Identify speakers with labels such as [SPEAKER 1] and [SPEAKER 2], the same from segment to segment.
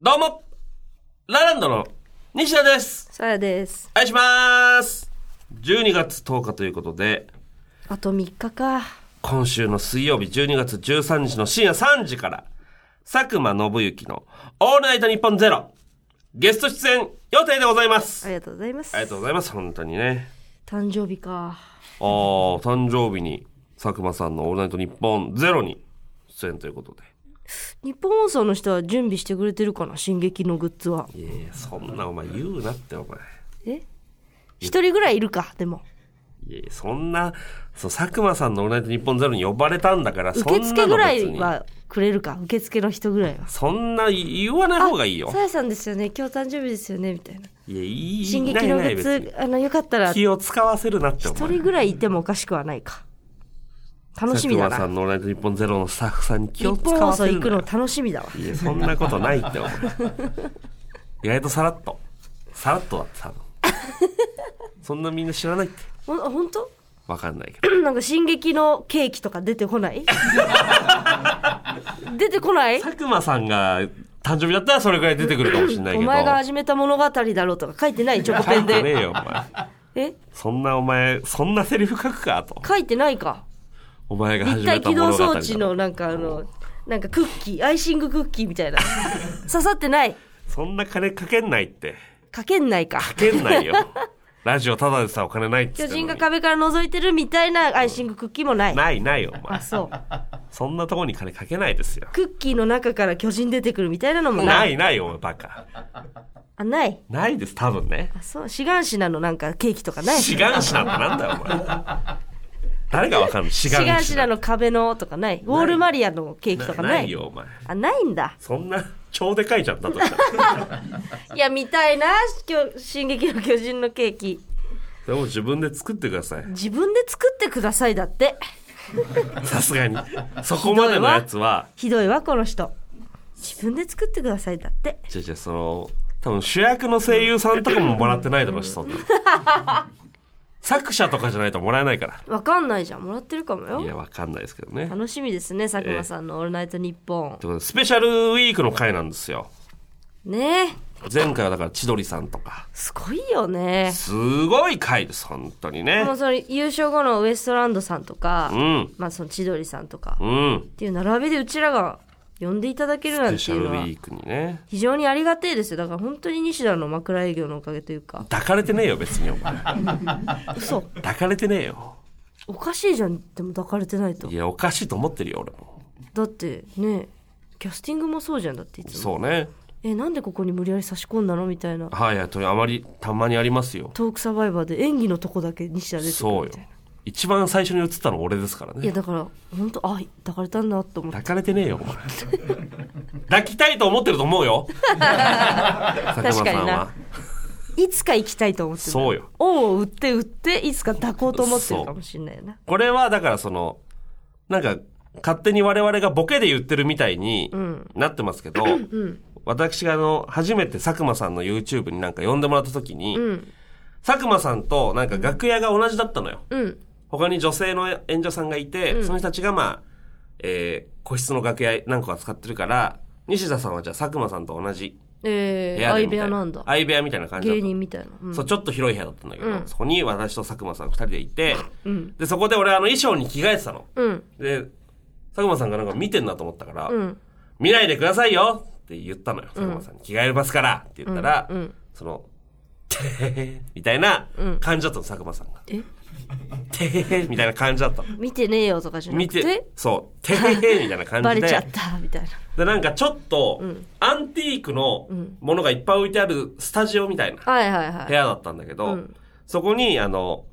[SPEAKER 1] どうもラランドの西田です
[SPEAKER 2] さやです。
[SPEAKER 1] 愛します12月10日ということで、
[SPEAKER 2] あと3日か。
[SPEAKER 1] 今週の水曜日12月13日の深夜3時から、佐久間信之のオールナイトニッポンゼロ、ゲスト出演予定でございます。
[SPEAKER 2] ありがとうございます。
[SPEAKER 1] ありがとうございます、本当にね。
[SPEAKER 2] 誕生日か。
[SPEAKER 1] ああ、誕生日に佐久間さんのオールナイトニッポンゼロに出演ということで。
[SPEAKER 2] 日本放送の人は準備してくれてるかな進撃のグッズは。
[SPEAKER 1] いやいや、そんなお前言うなってお前。
[SPEAKER 2] え一人ぐらいいるか、でも。
[SPEAKER 1] いやいやそんな、そう、佐久間さんのオールナイトニッポンゼロに呼ばれたんだから、そん
[SPEAKER 2] 受
[SPEAKER 1] なの別
[SPEAKER 2] 付
[SPEAKER 1] に
[SPEAKER 2] ぐらいはくれるか。受付の人ぐらいは。
[SPEAKER 1] そんな言わない方がいいよ
[SPEAKER 2] あさ。やさんですよね。今日誕生日ですよね。みたいな。
[SPEAKER 1] いや、いい、
[SPEAKER 2] 進
[SPEAKER 1] な
[SPEAKER 2] 撃
[SPEAKER 1] い
[SPEAKER 2] のグ
[SPEAKER 1] ない
[SPEAKER 2] ッ
[SPEAKER 1] 別に
[SPEAKER 2] ズ、あの、よかったら、一
[SPEAKER 1] 気を使わせるなってお前。
[SPEAKER 2] 人ぐらいいてもおかしくはないか。楽しみだ
[SPEAKER 1] 佐久間さん
[SPEAKER 2] な。
[SPEAKER 1] の「オールナイトニッポンゼロのスタッフさんに気
[SPEAKER 2] 日
[SPEAKER 1] を
[SPEAKER 2] 本
[SPEAKER 1] 使わ
[SPEAKER 2] 放送
[SPEAKER 1] せ
[SPEAKER 2] 行
[SPEAKER 1] るな
[SPEAKER 2] くの
[SPEAKER 1] よ
[SPEAKER 2] 楽しみだわ。
[SPEAKER 1] いやそんなことないって思う意外とさらっとさらっとだった多 分そんなみんな知らないって
[SPEAKER 2] ほん、ほんと
[SPEAKER 1] わかんないけど
[SPEAKER 2] なんか進撃のケーキとか出て こない出てこない
[SPEAKER 1] 佐久間さんが誕生日だったらそれぐらい出てくるかもしれないけ
[SPEAKER 2] お
[SPEAKER 1] ど
[SPEAKER 2] 前が始めた物語だろうとか書いてないチョコ
[SPEAKER 1] 書
[SPEAKER 2] ペ
[SPEAKER 1] い
[SPEAKER 2] ン
[SPEAKER 1] てね
[SPEAKER 2] で。
[SPEAKER 1] えよお前
[SPEAKER 2] え
[SPEAKER 1] そんなお前そんなセリフ書くかと
[SPEAKER 2] 書いてないか。
[SPEAKER 1] お前が始
[SPEAKER 2] 立
[SPEAKER 1] め
[SPEAKER 2] 体
[SPEAKER 1] た
[SPEAKER 2] 起
[SPEAKER 1] 物
[SPEAKER 2] 動
[SPEAKER 1] 語
[SPEAKER 2] 装
[SPEAKER 1] だ
[SPEAKER 2] 置のなんかあの、なんかクッキー、アイシングクッキーみ たいな。刺さってない。
[SPEAKER 1] そんな金かけんないって
[SPEAKER 2] 書けんないか。
[SPEAKER 1] かけんない よラジオただでさお金ないっつ
[SPEAKER 2] 巨
[SPEAKER 1] ってんのに
[SPEAKER 2] 人が壁から覗いてるみたいなアイシングクッキーもない。
[SPEAKER 1] ないないよお前
[SPEAKER 2] あ、そう。
[SPEAKER 1] そんなとこに金かけないですよ
[SPEAKER 2] クッキーの中から巨人出てくるみたいなのもない。
[SPEAKER 1] ないないお前バカ
[SPEAKER 2] あ、ない。
[SPEAKER 1] ないです多分ね
[SPEAKER 2] あ、そう。志願師なのなんかケーキとかない。
[SPEAKER 1] 志願師なんてなんだよお前誰がわかるの志
[SPEAKER 2] 志
[SPEAKER 1] 願
[SPEAKER 2] 願
[SPEAKER 1] 師
[SPEAKER 2] 師
[SPEAKER 1] な
[SPEAKER 2] な
[SPEAKER 1] て
[SPEAKER 2] んの壁のとかない。ウォールマリアのケーキとかない。
[SPEAKER 1] ないよお前
[SPEAKER 2] あ、ないんだ。
[SPEAKER 1] そんな超でかいじゃんだとしたら
[SPEAKER 2] いや、見たいな。きょ進撃の巨人のケーキ。
[SPEAKER 1] でも自分で作ってください
[SPEAKER 2] 自分で作ってくださいだって。
[SPEAKER 1] さすがにそこまでのやつは
[SPEAKER 2] ひどいわ、この人。自分で作ってくださいだって。
[SPEAKER 1] じゃじゃその多分主役の声優さんとかももらってないだろうしそんな作者とかじゃないともらえないか
[SPEAKER 2] わかんないじゃん。もらってるかも
[SPEAKER 1] らい
[SPEAKER 2] よ。
[SPEAKER 1] やわかんないですけどね
[SPEAKER 2] 楽しみですね、佐久間さんのオールナイトニッポン
[SPEAKER 1] と。いうことでスペシャルウィークの回なんですよ
[SPEAKER 2] ねえ。
[SPEAKER 1] 前回はだから千鳥さんとか
[SPEAKER 2] すごいよね。
[SPEAKER 1] すごい回です本当にね
[SPEAKER 2] もうその優勝後のウエストランドさんとか、
[SPEAKER 1] うん
[SPEAKER 2] まあその千鳥さんとかっ
[SPEAKER 1] うん
[SPEAKER 2] ていう並びでうちらが呼んでいただけるな
[SPEAKER 1] ス
[SPEAKER 2] ん
[SPEAKER 1] ペ
[SPEAKER 2] て
[SPEAKER 1] シ
[SPEAKER 2] い
[SPEAKER 1] ャ
[SPEAKER 2] う
[SPEAKER 1] ルウ
[SPEAKER 2] のは
[SPEAKER 1] ィークにね
[SPEAKER 2] 非常にありがてえですよ。だから本当に西田の枕営業のおかげというか。
[SPEAKER 1] 抱かれてねえよ別にお前
[SPEAKER 2] 嘘。
[SPEAKER 1] 抱かれてねえよ
[SPEAKER 2] おかしいじゃんでも抱かれてないと
[SPEAKER 1] いやおかしいと思ってるよ俺も
[SPEAKER 2] だってねキャスティングもそうじゃんだっていつも
[SPEAKER 1] そうね
[SPEAKER 2] えなんでここに無理やり差し込んだのみたいな
[SPEAKER 1] はいはいとあまりたまにありますよ
[SPEAKER 2] トークサバイバーで演技のとこだけ西田出てく
[SPEAKER 1] そ
[SPEAKER 2] る
[SPEAKER 1] う
[SPEAKER 2] み
[SPEAKER 1] よ
[SPEAKER 2] たいな
[SPEAKER 1] 一番最初に映ったの俺ですから
[SPEAKER 2] いや
[SPEAKER 1] ね
[SPEAKER 2] だから本当あ抱かれたんだと思って
[SPEAKER 1] 抱かれてねえよお前 抱きたいと思ってると思うよ 佐久間
[SPEAKER 2] 確か
[SPEAKER 1] さん
[SPEAKER 2] に
[SPEAKER 1] はい
[SPEAKER 2] つか行きたいと思ってる
[SPEAKER 1] そうよ
[SPEAKER 2] 恩を売って売っていつか抱こうと思ってるかもしれないよな
[SPEAKER 1] これはだからその、なんか、勝手に我々がボケで言ってるみたいになってますけど、私があの、初めて佐久間さんの YouTube になんか呼んでもらった時に、佐久間さんとなんか楽屋が同じだったのよ。
[SPEAKER 2] うん
[SPEAKER 1] 他に女性の演者さんがいて、その人たちがまあ、えー個室の楽屋何個か使ってるから、西田さんはじゃあ佐久間さんと同じ
[SPEAKER 2] え
[SPEAKER 1] 部屋
[SPEAKER 2] え
[SPEAKER 1] で
[SPEAKER 2] 相
[SPEAKER 1] みた
[SPEAKER 2] 部
[SPEAKER 1] いな。
[SPEAKER 2] 屋なんだ
[SPEAKER 1] 相部屋みたいな感じだっ
[SPEAKER 2] 芸
[SPEAKER 1] た
[SPEAKER 2] 人みたいな、うん
[SPEAKER 1] そう、ちょっと広い部屋だったんだけど、そこに私と佐久間さん二人でいて、で、そこで俺あの衣装に着替えてたの。
[SPEAKER 2] うん
[SPEAKER 1] で、佐久間さんがなんか見てんなと思ったから、
[SPEAKER 2] ん
[SPEAKER 1] 見ないでくださいよって言ったのよ、佐久間さんに。着替えますからって言ったら、その、てへへ、みたいな感じだったの、佐久間さんが。
[SPEAKER 2] え
[SPEAKER 1] てへへ、みたいな感じだったの。
[SPEAKER 2] 見てねえよとかじゃな
[SPEAKER 1] 見
[SPEAKER 2] くて
[SPEAKER 1] て、そう、てへへ、みたいな感
[SPEAKER 2] バ
[SPEAKER 1] じ
[SPEAKER 2] レちゃ
[SPEAKER 1] で
[SPEAKER 2] っ。たみたいな
[SPEAKER 1] で、なんかちょっと、アンティークのものがいっぱい置いてあるスタジオみたいな。
[SPEAKER 2] はいはいは
[SPEAKER 1] 部
[SPEAKER 2] い
[SPEAKER 1] 屋だったんだけど、そこに、あの、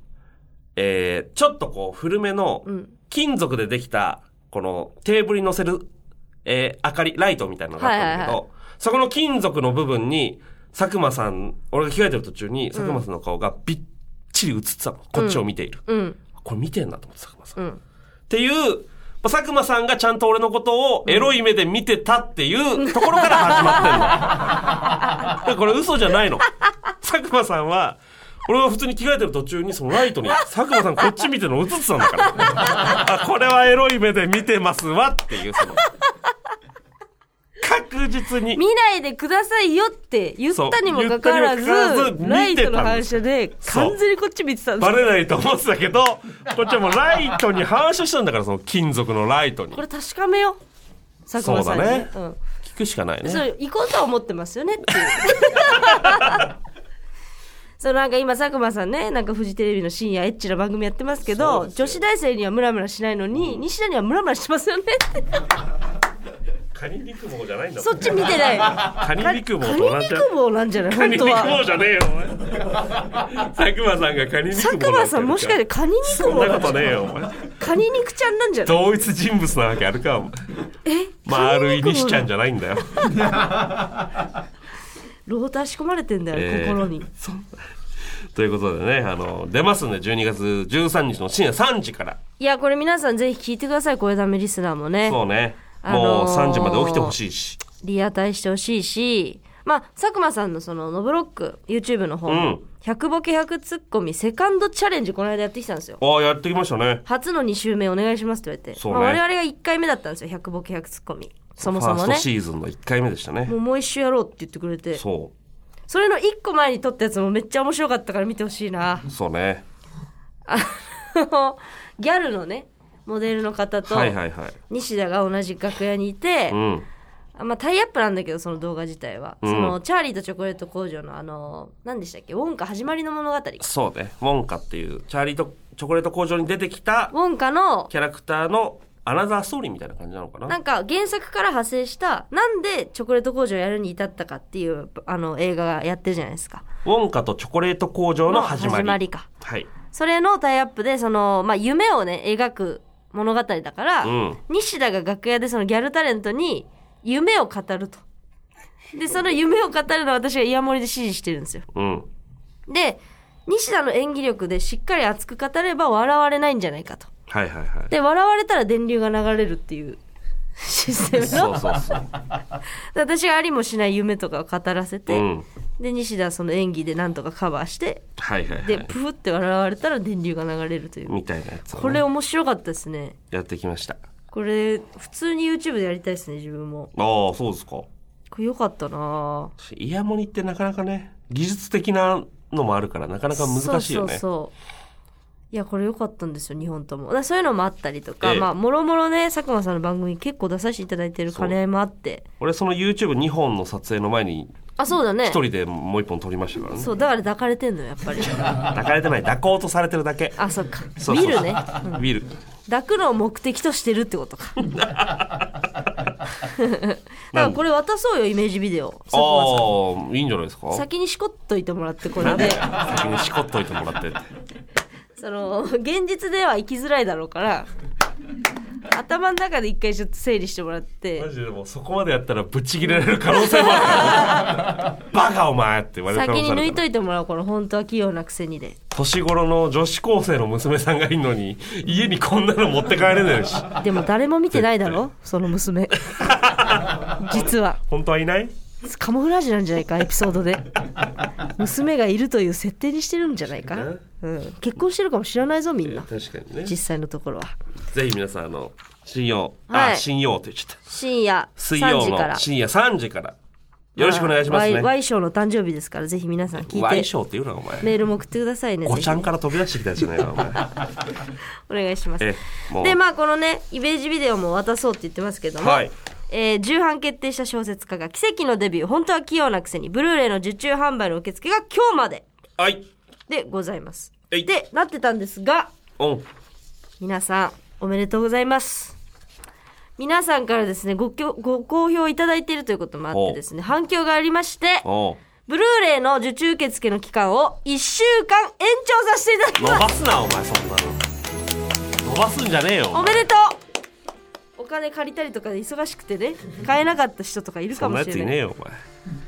[SPEAKER 1] えーちょっとこう、古めの、金属でできた、このテーブルに乗せる、えー明かり、ライトみたいなのがあったんだけど、
[SPEAKER 2] はい
[SPEAKER 1] そこの金属の部分に、佐久間さん、俺が着替えてる途中に、佐久間さんの顔がびっちり映ってたの。こっちを見ている。
[SPEAKER 2] うん
[SPEAKER 1] これ見てんなと思って、佐久間さん。
[SPEAKER 2] うん
[SPEAKER 1] っていう、まあ佐久間さんがちゃんと俺のことをエロい目で見てたっていうところから始まってんの。 でこれ嘘じゃないの。佐久間さんは、俺が普通に着替えてる途中にそのライト に佐久間さんこっち見てるの映ってたんだから。あ、これはエロい目で見てますわっていうその。確実に
[SPEAKER 2] 見ないでくださいよって言ったにもかかわらず
[SPEAKER 1] そう言ったにもかかわら
[SPEAKER 2] ラ
[SPEAKER 1] ず見
[SPEAKER 2] イ
[SPEAKER 1] て
[SPEAKER 2] トの
[SPEAKER 1] たんで
[SPEAKER 2] 反
[SPEAKER 1] す
[SPEAKER 2] 射で完全にこっち見てたんです
[SPEAKER 1] バ
[SPEAKER 2] よ
[SPEAKER 1] レないと思ってたけどこっちはもうライトに反射したんだからその金属のライトに
[SPEAKER 2] これ確かめよう佐久間さんにね
[SPEAKER 1] そうだ
[SPEAKER 2] ん
[SPEAKER 1] 聞くしかないね
[SPEAKER 2] それ行こうとは思ってますよねっていう そうなんか今佐久間さんねなんかフジテレビの深夜エッチな番組やってますけ
[SPEAKER 1] そう
[SPEAKER 2] ど
[SPEAKER 1] ですよ
[SPEAKER 2] 女子大生にはムラムラしないのに、西田にはムラムラしてますよねって
[SPEAKER 1] カニ肉棒じゃないんだもん
[SPEAKER 2] そっち見てない
[SPEAKER 1] カニ肉棒
[SPEAKER 2] カ
[SPEAKER 1] と
[SPEAKER 2] ニ
[SPEAKER 1] 同じだ
[SPEAKER 2] 肉棒なんじゃない
[SPEAKER 1] カ
[SPEAKER 2] 本
[SPEAKER 1] ニ
[SPEAKER 2] 当
[SPEAKER 1] 肉
[SPEAKER 2] は
[SPEAKER 1] 棒じゃねえよお前 佐久間さんがカニ肉棒
[SPEAKER 2] 佐久間さんもしかし
[SPEAKER 1] て
[SPEAKER 2] てカニ肉
[SPEAKER 1] そん
[SPEAKER 2] 棒
[SPEAKER 1] なこ
[SPEAKER 2] なんじゃ
[SPEAKER 1] と
[SPEAKER 2] ない
[SPEAKER 1] ねえよお前
[SPEAKER 2] カニ肉ちゃんなんじゃない
[SPEAKER 1] 同一人物なわけあるかお前
[SPEAKER 2] え
[SPEAKER 1] 丸いにしちゃんじゃないんだよ
[SPEAKER 2] ローター仕込まれてんだよ、
[SPEAKER 1] えー
[SPEAKER 2] 心に
[SPEAKER 1] ということでねあの出ますんで12月13日の深夜3時から
[SPEAKER 2] いやこれ皆さんぜひ聞いてください声だめリスナーもね
[SPEAKER 1] そうね
[SPEAKER 2] あの
[SPEAKER 1] も
[SPEAKER 2] ー
[SPEAKER 1] う3時まで起きてほしいし
[SPEAKER 2] リアタイしてほしいし、まあ、佐久間さんのその、ノブロック、YouTube の方
[SPEAKER 1] うん
[SPEAKER 2] の、100ボケ100ツッコミ、セカンドチャレンジ、この間やってきたんですよ。
[SPEAKER 1] ああやってきましたね
[SPEAKER 2] 初の2週目お願いしますって言われて。
[SPEAKER 1] そうね
[SPEAKER 2] まあ、我々が1回目だったんですよ、100ボケ100ツッコミ。そもそ
[SPEAKER 1] ファ
[SPEAKER 2] も
[SPEAKER 1] ー
[SPEAKER 2] ね
[SPEAKER 1] スト。シーズンの1回目でしたね
[SPEAKER 2] もうもう一周やろうって言ってくれて。
[SPEAKER 1] そ
[SPEAKER 2] それの1個前に撮ったやつもめっちゃ面白かったから見てほしいな。
[SPEAKER 1] うそうね
[SPEAKER 2] あの、ギャルのね、モデルの方と、
[SPEAKER 1] はいはいはい
[SPEAKER 2] 西田が同じ楽屋にいて、
[SPEAKER 1] うん
[SPEAKER 2] あまあ、タイアップなんだけどその動画自体は、
[SPEAKER 1] ん
[SPEAKER 2] そのチャーリーとチョコレート工場のあの何でしたっけウォンカ始まりの物語ウ
[SPEAKER 1] そうねウォンカっていうチャーリーとチョコレート工場に出てきた
[SPEAKER 2] ォンカの
[SPEAKER 1] キャラクターのアナザーストーリーみたいな感じなのかな
[SPEAKER 2] なんか原作から派生したなんでチョコレート工場をやるに至ったかっていうあの映画がやってるじゃないですか
[SPEAKER 1] ウォンカとチョコレート工場の始まり
[SPEAKER 2] のか
[SPEAKER 1] はい
[SPEAKER 2] それのタイアップでその、まあ、夢をね描く物語だから、
[SPEAKER 1] うん
[SPEAKER 2] 西田が楽屋でそのギャルタレントに夢を語るとでその夢を語るのを私がイヤモリで指示してるんですよ
[SPEAKER 1] うん
[SPEAKER 2] で西田の演技力でしっかり熱く語れば笑われないんじゃないかと
[SPEAKER 1] はいはいはい
[SPEAKER 2] で笑われたら電流が流れるっていうシステムの
[SPEAKER 1] そうそうそう
[SPEAKER 2] で私がありもしない夢とかを語らせて、
[SPEAKER 1] うん
[SPEAKER 2] で西田はその演技でなんとかカバーして
[SPEAKER 1] はいはいは
[SPEAKER 2] で
[SPEAKER 1] い
[SPEAKER 2] プフって笑われたら電流が流れるという、
[SPEAKER 1] みたいなやつを
[SPEAKER 2] こ
[SPEAKER 1] ね
[SPEAKER 2] れ面白かったですね
[SPEAKER 1] やってきました
[SPEAKER 2] これ普通に YouTube でやりたいですね自分も
[SPEAKER 1] ああそうですか
[SPEAKER 2] これ良かったなぁ
[SPEAKER 1] イヤモニってなかなかね技術的なのもあるからなかなか難しいよね
[SPEAKER 2] そうそうそういやこれ良かったんですよ2本ともだからそういうのもあったりとか、
[SPEAKER 1] ええ
[SPEAKER 2] まあもろもろね佐久間さんの番組結構出させていただいてる兼ね合いもあって
[SPEAKER 1] 俺その YouTube2 本の撮影の前に
[SPEAKER 2] あそうだね
[SPEAKER 1] 一人でもう一本撮りましたからね
[SPEAKER 2] そうだから抱かれてんのよやっ ぱり
[SPEAKER 1] 抱かれてない抱こうとされてるだけ
[SPEAKER 2] あそっか
[SPEAKER 1] そうそう
[SPEAKER 2] 見るね
[SPEAKER 1] 見る
[SPEAKER 2] 抱くのを目的としてるってこ とかだからこれ渡そうよイメージビデオ佐
[SPEAKER 1] あ
[SPEAKER 2] 久間さ
[SPEAKER 1] あいいんじゃないですか
[SPEAKER 2] ん先にしこっといてもらってこ
[SPEAKER 1] な
[SPEAKER 2] れ
[SPEAKER 1] んで
[SPEAKER 2] で
[SPEAKER 1] 先にしこっといてもらってって
[SPEAKER 2] その現実では生きづらいだろうから頭の中で一回ちょっと整理してもらって
[SPEAKER 1] マジでもうそこまでやったらぶち切れられる可能性もあるからバカお前って言われる可能
[SPEAKER 2] 先
[SPEAKER 1] 性
[SPEAKER 2] に
[SPEAKER 1] あ
[SPEAKER 2] 抜
[SPEAKER 1] る
[SPEAKER 2] い
[SPEAKER 1] か
[SPEAKER 2] と
[SPEAKER 1] ら
[SPEAKER 2] いてもらおうこの本当は器用なくせにで
[SPEAKER 1] 年頃の女子高生の娘さんがいるのに家にこんなの持って帰れないし
[SPEAKER 2] でも誰も見てないだろそ の娘実は
[SPEAKER 1] 本当はいない
[SPEAKER 2] カモフラージュなんじゃないかエピソードで娘がいるという設定にしてるんじゃないか、うん、結婚してるかも知らないぞみんな
[SPEAKER 1] 確かにね
[SPEAKER 2] 実際のところは
[SPEAKER 1] ぜひ皆さんあの信用、
[SPEAKER 2] は
[SPEAKER 1] あ
[SPEAKER 2] い
[SPEAKER 1] 信用って言っちゃった
[SPEAKER 2] 深夜
[SPEAKER 1] 水
[SPEAKER 2] 3
[SPEAKER 1] 曜
[SPEAKER 2] 時から
[SPEAKER 1] の深夜3時からよろしくお願いしますね
[SPEAKER 2] Y, y 賞の誕生日ですからぜひ皆さん聞
[SPEAKER 1] Y
[SPEAKER 2] いて
[SPEAKER 1] 賞っていうのお前
[SPEAKER 2] メールも送ってくださいね
[SPEAKER 1] ご
[SPEAKER 2] ぜ
[SPEAKER 1] ち
[SPEAKER 2] ひ
[SPEAKER 1] ゃんから飛び出してきたやつじゃないか お前
[SPEAKER 2] お願いします
[SPEAKER 1] ええもう
[SPEAKER 2] でまあこのねイメージビデオも渡そうって言ってますけども、
[SPEAKER 1] はい
[SPEAKER 2] えー重版決定した小説家が奇跡のデビュー本当は器用なくせにブルーレイの受注販売の受付が今日まで
[SPEAKER 1] はい
[SPEAKER 2] でございます
[SPEAKER 1] えい
[SPEAKER 2] でなってたんですが
[SPEAKER 1] おん
[SPEAKER 2] 皆さんおめでとうございます皆さんからですねごきょご好評いただいているということもあってですね反響がありまして
[SPEAKER 1] おん
[SPEAKER 2] ブルーレイの受注受付の期間を1週間延長させていただき
[SPEAKER 1] 伸
[SPEAKER 2] ます
[SPEAKER 1] ばすなお前そんなの伸ばすんじゃねえよお
[SPEAKER 2] お
[SPEAKER 1] 前
[SPEAKER 2] めでとうお金借りたりとかで忙しくてね買えなかった人とかいる
[SPEAKER 1] そ
[SPEAKER 2] か
[SPEAKER 1] んな
[SPEAKER 2] も
[SPEAKER 1] や
[SPEAKER 2] し
[SPEAKER 1] つ
[SPEAKER 2] れ
[SPEAKER 1] い
[SPEAKER 2] な
[SPEAKER 1] ねえ
[SPEAKER 2] い
[SPEAKER 1] よお前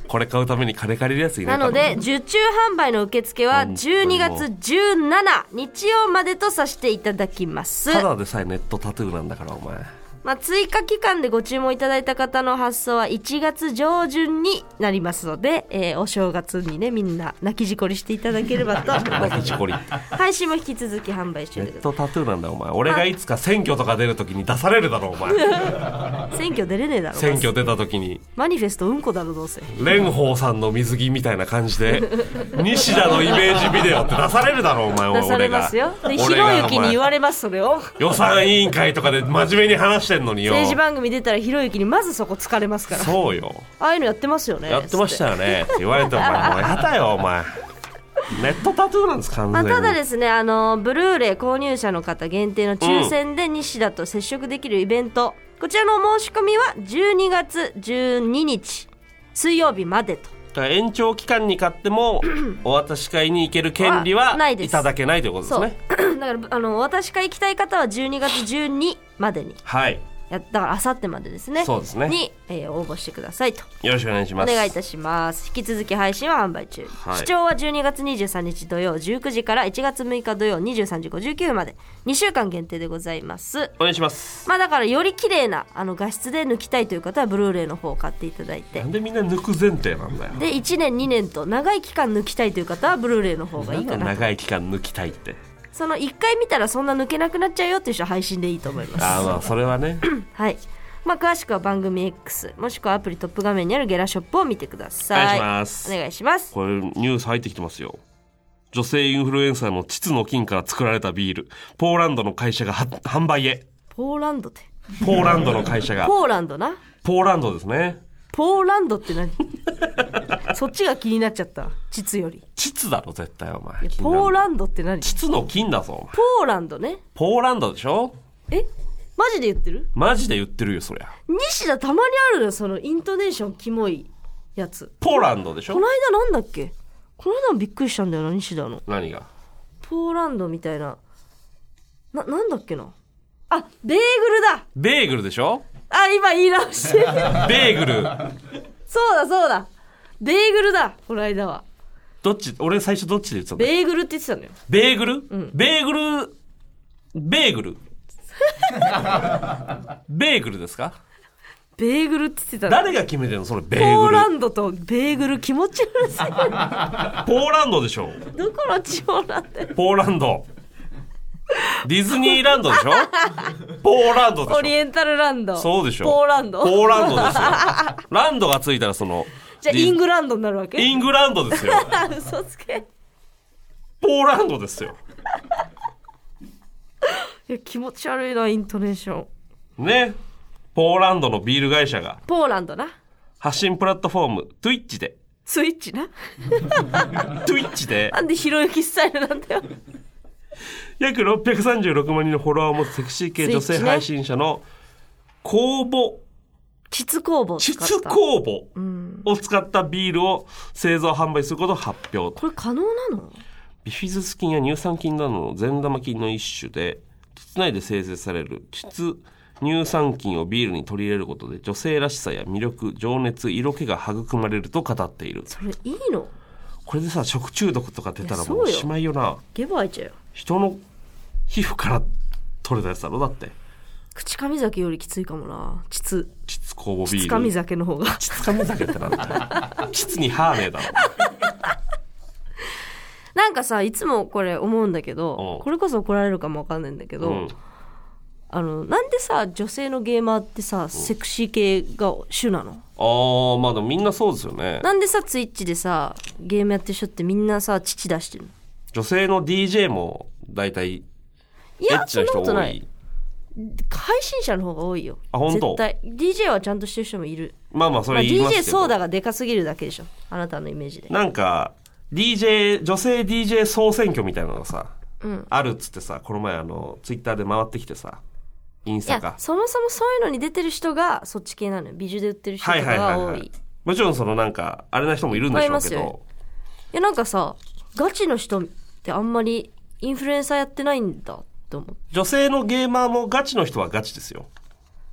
[SPEAKER 1] これ買うために金借りるやついねえ
[SPEAKER 2] なので受注販売の受付は
[SPEAKER 1] 本当に
[SPEAKER 2] 12月17日曜までとさせていただきます
[SPEAKER 1] ただでさえネットタトゥーなんだからお前
[SPEAKER 2] まあ、追加期間でご注文いただいた方の発送は1月上旬になりますので、えーお正月にねみんな泣きじこりしていただければと
[SPEAKER 1] 泣きじこり
[SPEAKER 2] 配信も引き続き販売して
[SPEAKER 1] ネ
[SPEAKER 2] おいて
[SPEAKER 1] ッ
[SPEAKER 2] くだ
[SPEAKER 1] トタトゥーなんだよお前俺がいつか選挙とか出るときに出されるだろお 前
[SPEAKER 2] さい選挙出れねえだろ
[SPEAKER 1] 選挙出たときに
[SPEAKER 2] マニフェストうんこだろどうせ
[SPEAKER 1] 蓮舫さんの水着みたいな感じ で西田のイメージビデオって出されるだろお前
[SPEAKER 2] 出され
[SPEAKER 1] 俺が
[SPEAKER 2] ますよでひ
[SPEAKER 1] 俺
[SPEAKER 2] ろ
[SPEAKER 1] が
[SPEAKER 2] ゆきに言われますそれを
[SPEAKER 1] お前予算委員会とかで真面目に話してんのによ
[SPEAKER 2] 政治番組出たらひろゆきにまずそこ疲れますからあ
[SPEAKER 1] そうよ
[SPEAKER 2] あいうのやってますよね
[SPEAKER 1] やってましたよねって言われてお前もうやだよお前ネットタトゥーなんです完
[SPEAKER 2] ま
[SPEAKER 1] 全
[SPEAKER 2] あ、
[SPEAKER 1] に
[SPEAKER 2] ただですね、あのブルーレイ購入者の方限定の抽選で西田と接触できるイベント、こちらのお申し込みは12月12日水曜日までと
[SPEAKER 1] だから延長期間に買って もお渡し会に行ける権利
[SPEAKER 2] あ
[SPEAKER 1] は
[SPEAKER 2] ないです
[SPEAKER 1] いただけないということです
[SPEAKER 2] そう、
[SPEAKER 1] ね
[SPEAKER 2] だからあの私が行きたい方は12月12までに
[SPEAKER 1] はい
[SPEAKER 2] やだからあさってまでですね
[SPEAKER 1] そうですね
[SPEAKER 2] に、えー応募してくださいと
[SPEAKER 1] よろしくお願いし
[SPEAKER 2] お
[SPEAKER 1] ます
[SPEAKER 2] 願いいたします引き続き配信は販売中、
[SPEAKER 1] い
[SPEAKER 2] 視聴は12月23日土曜19時から1月6日土曜23時59まで2週間限定でございます
[SPEAKER 1] お願いします
[SPEAKER 2] まあだからより綺麗なあの画質で抜きたいという方はブルーレイの方を買っていただいて
[SPEAKER 1] なんでみんな抜く前提なんだよ
[SPEAKER 2] で1年2年と長い期間抜きたいという方はブルーレイの方がいいか
[SPEAKER 1] なんか
[SPEAKER 2] な
[SPEAKER 1] 長い期間抜きたいって
[SPEAKER 2] その1回見たらそんな抜けなくなっちゃうよっていう人は配信でいいと思います
[SPEAKER 1] ああまあそれはね
[SPEAKER 2] はいまあ詳しくは番組 X もしくはアプリトップ画面にあるゲラショップを見てください
[SPEAKER 1] お願いします
[SPEAKER 2] お願いします
[SPEAKER 1] これニュース入ってきてますよ女性インフルエンサーの膣の菌から作られたビールポーランドの会社がは販売へ
[SPEAKER 2] ポーランドって
[SPEAKER 1] ポーランドの会社が
[SPEAKER 2] ポーランドな
[SPEAKER 1] ポーランドですね
[SPEAKER 2] ポーランドって何 そっちが気になっちゃった膣より
[SPEAKER 1] 膣だろ絶対お前
[SPEAKER 2] ポー
[SPEAKER 1] ン
[SPEAKER 2] ランドって何
[SPEAKER 1] 膣の菌だぞお前
[SPEAKER 2] ポーランドね
[SPEAKER 1] ポーランドでしょ
[SPEAKER 2] えマジで言ってる
[SPEAKER 1] マジで言ってるよそりゃ
[SPEAKER 2] 西田たまにあるのよそのイントネーションキモいやつ
[SPEAKER 1] ポーランドでし
[SPEAKER 2] こ
[SPEAKER 1] ょ
[SPEAKER 2] の間なんだっけこの間もびっくりしたんだよな西田の
[SPEAKER 1] 何が
[SPEAKER 2] ポーランドみたいなななんだっけなあベーグルだ
[SPEAKER 1] ベーグルでしょ
[SPEAKER 2] あ今言い直して
[SPEAKER 1] ベーグル
[SPEAKER 2] そうだそうだベーグルだこの間は
[SPEAKER 1] どっち俺最初どっちで言ってたんだ
[SPEAKER 2] ベーグルって言ってたのよ
[SPEAKER 1] ベーグル、ベーグルベーグ ルベーグルですか
[SPEAKER 2] ベーグルって言ってたの
[SPEAKER 1] 誰が決めてるのそれベ
[SPEAKER 2] ポ
[SPEAKER 1] ー
[SPEAKER 2] ー
[SPEAKER 1] グル
[SPEAKER 2] ランドとベーグル気持ち悪すぎる
[SPEAKER 1] ポーランドでしょ
[SPEAKER 2] どこの地方なんだよ
[SPEAKER 1] ポーランドディズニーランドでしょポーランドで
[SPEAKER 2] オ
[SPEAKER 1] し
[SPEAKER 2] リ
[SPEAKER 1] ょ
[SPEAKER 2] エンタルランド
[SPEAKER 1] そうでしょ
[SPEAKER 2] ポーランド
[SPEAKER 1] ポーランド ですよランドがついたらその
[SPEAKER 2] じゃあ
[SPEAKER 1] ディ
[SPEAKER 2] イングランドになるわけ
[SPEAKER 1] イングランドですよ
[SPEAKER 2] 嘘つけ
[SPEAKER 1] ポーランドですよ
[SPEAKER 2] いや気持ち悪いなイントネーション
[SPEAKER 1] ねポーランドのビール会社が
[SPEAKER 2] ポーランドな
[SPEAKER 1] 発信プラットフォーム Twitch で
[SPEAKER 2] スイッチな
[SPEAKER 1] Twitch で
[SPEAKER 2] なんでひろゆきスタイルなんだよ
[SPEAKER 1] 約636万人のフォロワーを持つセクシー系女性配信者の公募
[SPEAKER 2] 膣工房使った
[SPEAKER 1] 膣公募を使ったビールを製造販売することを発表
[SPEAKER 2] これ可能なの
[SPEAKER 1] ビフィズス菌や乳酸菌などの善玉菌の一種で膣内で生成される膣乳酸菌をビールに取り入れることで女性らしさや魅力情熱色気が育まれると語っている
[SPEAKER 2] それいいの
[SPEAKER 1] これでさ食中毒とか出た
[SPEAKER 2] い
[SPEAKER 1] ら
[SPEAKER 2] や
[SPEAKER 1] も
[SPEAKER 2] そう
[SPEAKER 1] う
[SPEAKER 2] よ
[SPEAKER 1] おしまいよな
[SPEAKER 2] ゲボ開いちゃうよ
[SPEAKER 1] 人の皮膚から取れたやつだろだって
[SPEAKER 2] 口上酒よりきついかもな膣
[SPEAKER 1] 膣酵母ビール
[SPEAKER 2] つかみ酒の方が
[SPEAKER 1] 膣かみ酒ってなんだよ膣にハー ネーだろ
[SPEAKER 2] なんかさいつもこれ思うんだけど
[SPEAKER 1] うん
[SPEAKER 2] これこそ怒られるかもわかんないんだけど、
[SPEAKER 1] うん
[SPEAKER 2] あのなんでさ女性のゲーマーってさセクシー系が主なの
[SPEAKER 1] ああまあでもみんなそうですよね
[SPEAKER 2] なんでさツイッチでさゲームやってる人ってみんなさ乳出してるの
[SPEAKER 1] 女性の DJ も大体
[SPEAKER 2] い
[SPEAKER 1] エ
[SPEAKER 2] や
[SPEAKER 1] ッチ
[SPEAKER 2] そ
[SPEAKER 1] な
[SPEAKER 2] んな
[SPEAKER 1] 人
[SPEAKER 2] こと
[SPEAKER 1] 多
[SPEAKER 2] ない
[SPEAKER 1] い
[SPEAKER 2] 配信者の方が多いよ
[SPEAKER 1] あ本当
[SPEAKER 2] 絶対 DJ はちゃんとしてる人もいる
[SPEAKER 1] まあまあそ
[SPEAKER 2] まあ、
[SPEAKER 1] れ言います
[SPEAKER 2] DJ
[SPEAKER 1] けど、
[SPEAKER 2] ソーダがでかすぎるだけでしょあなたのイメージで
[SPEAKER 1] なんか DJ 女性 DJ 総選挙みたいなのがさ、あるっつってさこの前あのツイッターで回ってきてさインス
[SPEAKER 2] い
[SPEAKER 1] タ
[SPEAKER 2] や
[SPEAKER 1] か
[SPEAKER 2] そもそもそういうのに出てる人がそっち系なのよ美女で売ってる人と
[SPEAKER 1] は
[SPEAKER 2] か
[SPEAKER 1] いはいは
[SPEAKER 2] が
[SPEAKER 1] い、
[SPEAKER 2] 多
[SPEAKER 1] はいい、もちろんそのなんかあれな人もいるんでしょうけ
[SPEAKER 2] いっぱいいますよ
[SPEAKER 1] ど
[SPEAKER 2] いやなんかさガチの人ってあんまりインフルエンサーやってないんだって思う
[SPEAKER 1] 女性のゲーマーもガチの人はガチですよ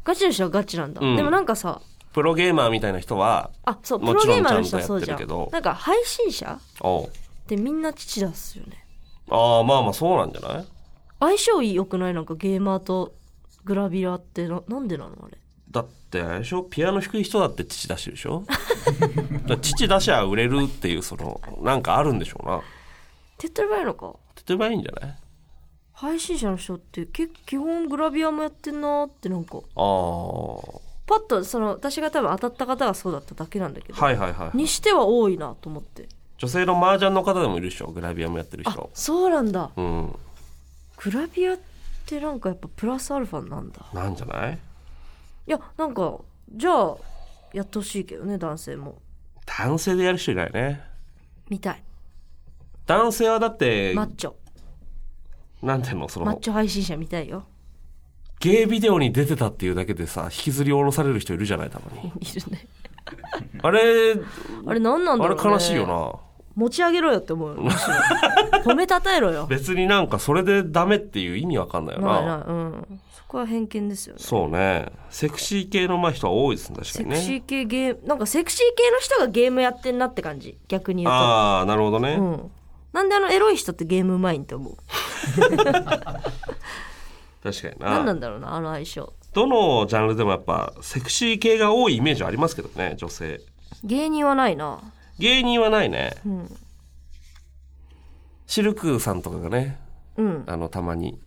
[SPEAKER 2] ガチの人はガチなんだ、
[SPEAKER 1] ん
[SPEAKER 2] でもなんかさ
[SPEAKER 1] プロゲーマーみたいな人は
[SPEAKER 2] あそうプ
[SPEAKER 1] も
[SPEAKER 2] ロ
[SPEAKER 1] ち
[SPEAKER 2] ゲ
[SPEAKER 1] ろ
[SPEAKER 2] ー
[SPEAKER 1] ん
[SPEAKER 2] マ
[SPEAKER 1] ち
[SPEAKER 2] ー
[SPEAKER 1] ゃ
[SPEAKER 2] の
[SPEAKER 1] ん
[SPEAKER 2] 人
[SPEAKER 1] と
[SPEAKER 2] は
[SPEAKER 1] や
[SPEAKER 2] そ
[SPEAKER 1] っ
[SPEAKER 2] う
[SPEAKER 1] て
[SPEAKER 2] じゃ
[SPEAKER 1] るけ
[SPEAKER 2] ん
[SPEAKER 1] ど
[SPEAKER 2] なんか配信者っ
[SPEAKER 1] おう
[SPEAKER 2] てみんな父出すよね
[SPEAKER 1] ああまあまあそうなんじゃない
[SPEAKER 2] 相性良くないなんかゲーマーとグラビラってななんでなのあれ
[SPEAKER 1] だってあれでしょピアノ弾く人だって父出してるでし ょだから父出しゃ売れるっていうそのなんかあるんでしょうな
[SPEAKER 2] 手っ取り早いのか
[SPEAKER 1] 例えばいいんじゃない
[SPEAKER 2] 配信者の人って結基本グラビアもやってんなーってなんか
[SPEAKER 1] ああは
[SPEAKER 2] パッとその私が多分当たった方がそうだっただけなんだけど、
[SPEAKER 1] いはいはい
[SPEAKER 2] にしては多いなと思って
[SPEAKER 1] 女性の麻雀の方でもいるでしょグラビアもやってる
[SPEAKER 2] あ
[SPEAKER 1] 人
[SPEAKER 2] そうなんだ
[SPEAKER 1] うん
[SPEAKER 2] グラビアってなんかやっぱプラスアルファなんだ
[SPEAKER 1] なんじゃない
[SPEAKER 2] いやなんかじゃあやってほしいけどね男性も
[SPEAKER 1] 男性でやる人いないね
[SPEAKER 2] 見たい
[SPEAKER 1] 男性はだって
[SPEAKER 2] マッチョ
[SPEAKER 1] なんていうのそ
[SPEAKER 2] マッ
[SPEAKER 1] の
[SPEAKER 2] チョ配信者見たいよ
[SPEAKER 1] ゲイビデオに出てたっていうだけでさ引きずり下ろされる人いるじゃないたまに
[SPEAKER 2] いるね
[SPEAKER 1] あれ
[SPEAKER 2] あれ何なんだ
[SPEAKER 1] あ
[SPEAKER 2] ろう、
[SPEAKER 1] れ
[SPEAKER 2] ね、
[SPEAKER 1] 悲しいよ
[SPEAKER 2] 持ち上げろよって思うよむしろ褒めたたえ ろよ
[SPEAKER 1] な別になんかそれでダメっていう意味わかんないよ
[SPEAKER 2] ない
[SPEAKER 1] な
[SPEAKER 2] ないうんそこは偏見ですよね
[SPEAKER 1] そうねセクシー系のまあ人は多いですね確か
[SPEAKER 2] セ
[SPEAKER 1] に
[SPEAKER 2] ク
[SPEAKER 1] ね
[SPEAKER 2] シー系ゲームなんかセクシー系の人がゲームやってんなって感じ逆に言うと
[SPEAKER 1] ああなるほどね、
[SPEAKER 2] うんなんであのエロい人ってゲームうまいんって思う
[SPEAKER 1] 確かにな
[SPEAKER 2] 何なんだろうなあの相性
[SPEAKER 1] どのジャンルでもやっぱセクシー系が多いイメージありますけどね女性
[SPEAKER 2] 芸人はないな
[SPEAKER 1] 芸人はないね、
[SPEAKER 2] ん
[SPEAKER 1] シルクさんとかがね
[SPEAKER 2] うん
[SPEAKER 1] あのたまに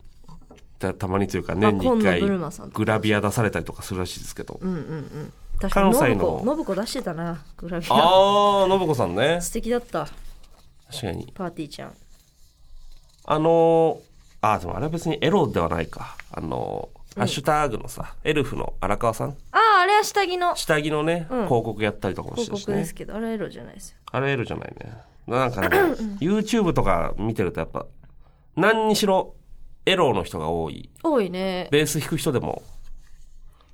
[SPEAKER 1] たたまにというか年に1
[SPEAKER 2] 紺野ブルマさ
[SPEAKER 1] 回
[SPEAKER 2] んとか
[SPEAKER 1] グラビア出されたりとかするらしいですけど、
[SPEAKER 2] うんうんうん確かに
[SPEAKER 1] 関西
[SPEAKER 2] 信
[SPEAKER 1] の
[SPEAKER 2] 子信子出してたなグラビア
[SPEAKER 1] ああ信子さんね
[SPEAKER 2] 素敵だった
[SPEAKER 1] 確かに
[SPEAKER 2] パーティーちゃん
[SPEAKER 1] あのー、あーでもあれは別にエロではないかあのーハッシュタグのさ、エルフの荒川さん
[SPEAKER 2] あああれは下着の
[SPEAKER 1] 下着のね、
[SPEAKER 2] ん
[SPEAKER 1] 広告やったりとかもし
[SPEAKER 2] 広
[SPEAKER 1] てたし
[SPEAKER 2] 告で
[SPEAKER 1] ね
[SPEAKER 2] すけどあれはエロじゃないですよ
[SPEAKER 1] あれエロじゃないねなんかね YouTube とか見てるとやっぱ何にしろエロの人が多い
[SPEAKER 2] 多いね
[SPEAKER 1] ベース弾く人でも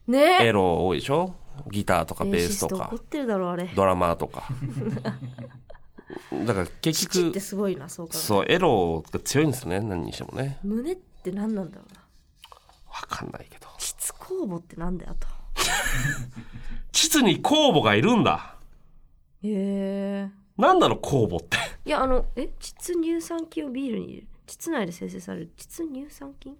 [SPEAKER 1] エ
[SPEAKER 2] ね
[SPEAKER 1] ロ多いでしょギターとか
[SPEAKER 2] ベ
[SPEAKER 1] ベ
[SPEAKER 2] ー
[SPEAKER 1] ー
[SPEAKER 2] シ
[SPEAKER 1] ス
[SPEAKER 2] ス
[SPEAKER 1] と
[SPEAKER 2] ト
[SPEAKER 1] か
[SPEAKER 2] 怒ってるだろうあれ
[SPEAKER 1] ドラマーとかだから結
[SPEAKER 2] 父って
[SPEAKER 1] 局
[SPEAKER 2] すごいなそうか
[SPEAKER 1] そうエロが強いんですね何にしてもね
[SPEAKER 2] 胸って何なんだろうな
[SPEAKER 1] 分かんないけど
[SPEAKER 2] 膣公募ってなんだよと
[SPEAKER 1] 膣に公募がいるんだ
[SPEAKER 2] へえ
[SPEAKER 1] なんなの公募って
[SPEAKER 2] いやあのえ膣乳酸菌をビールに入れる膣内で生成される膣乳酸菌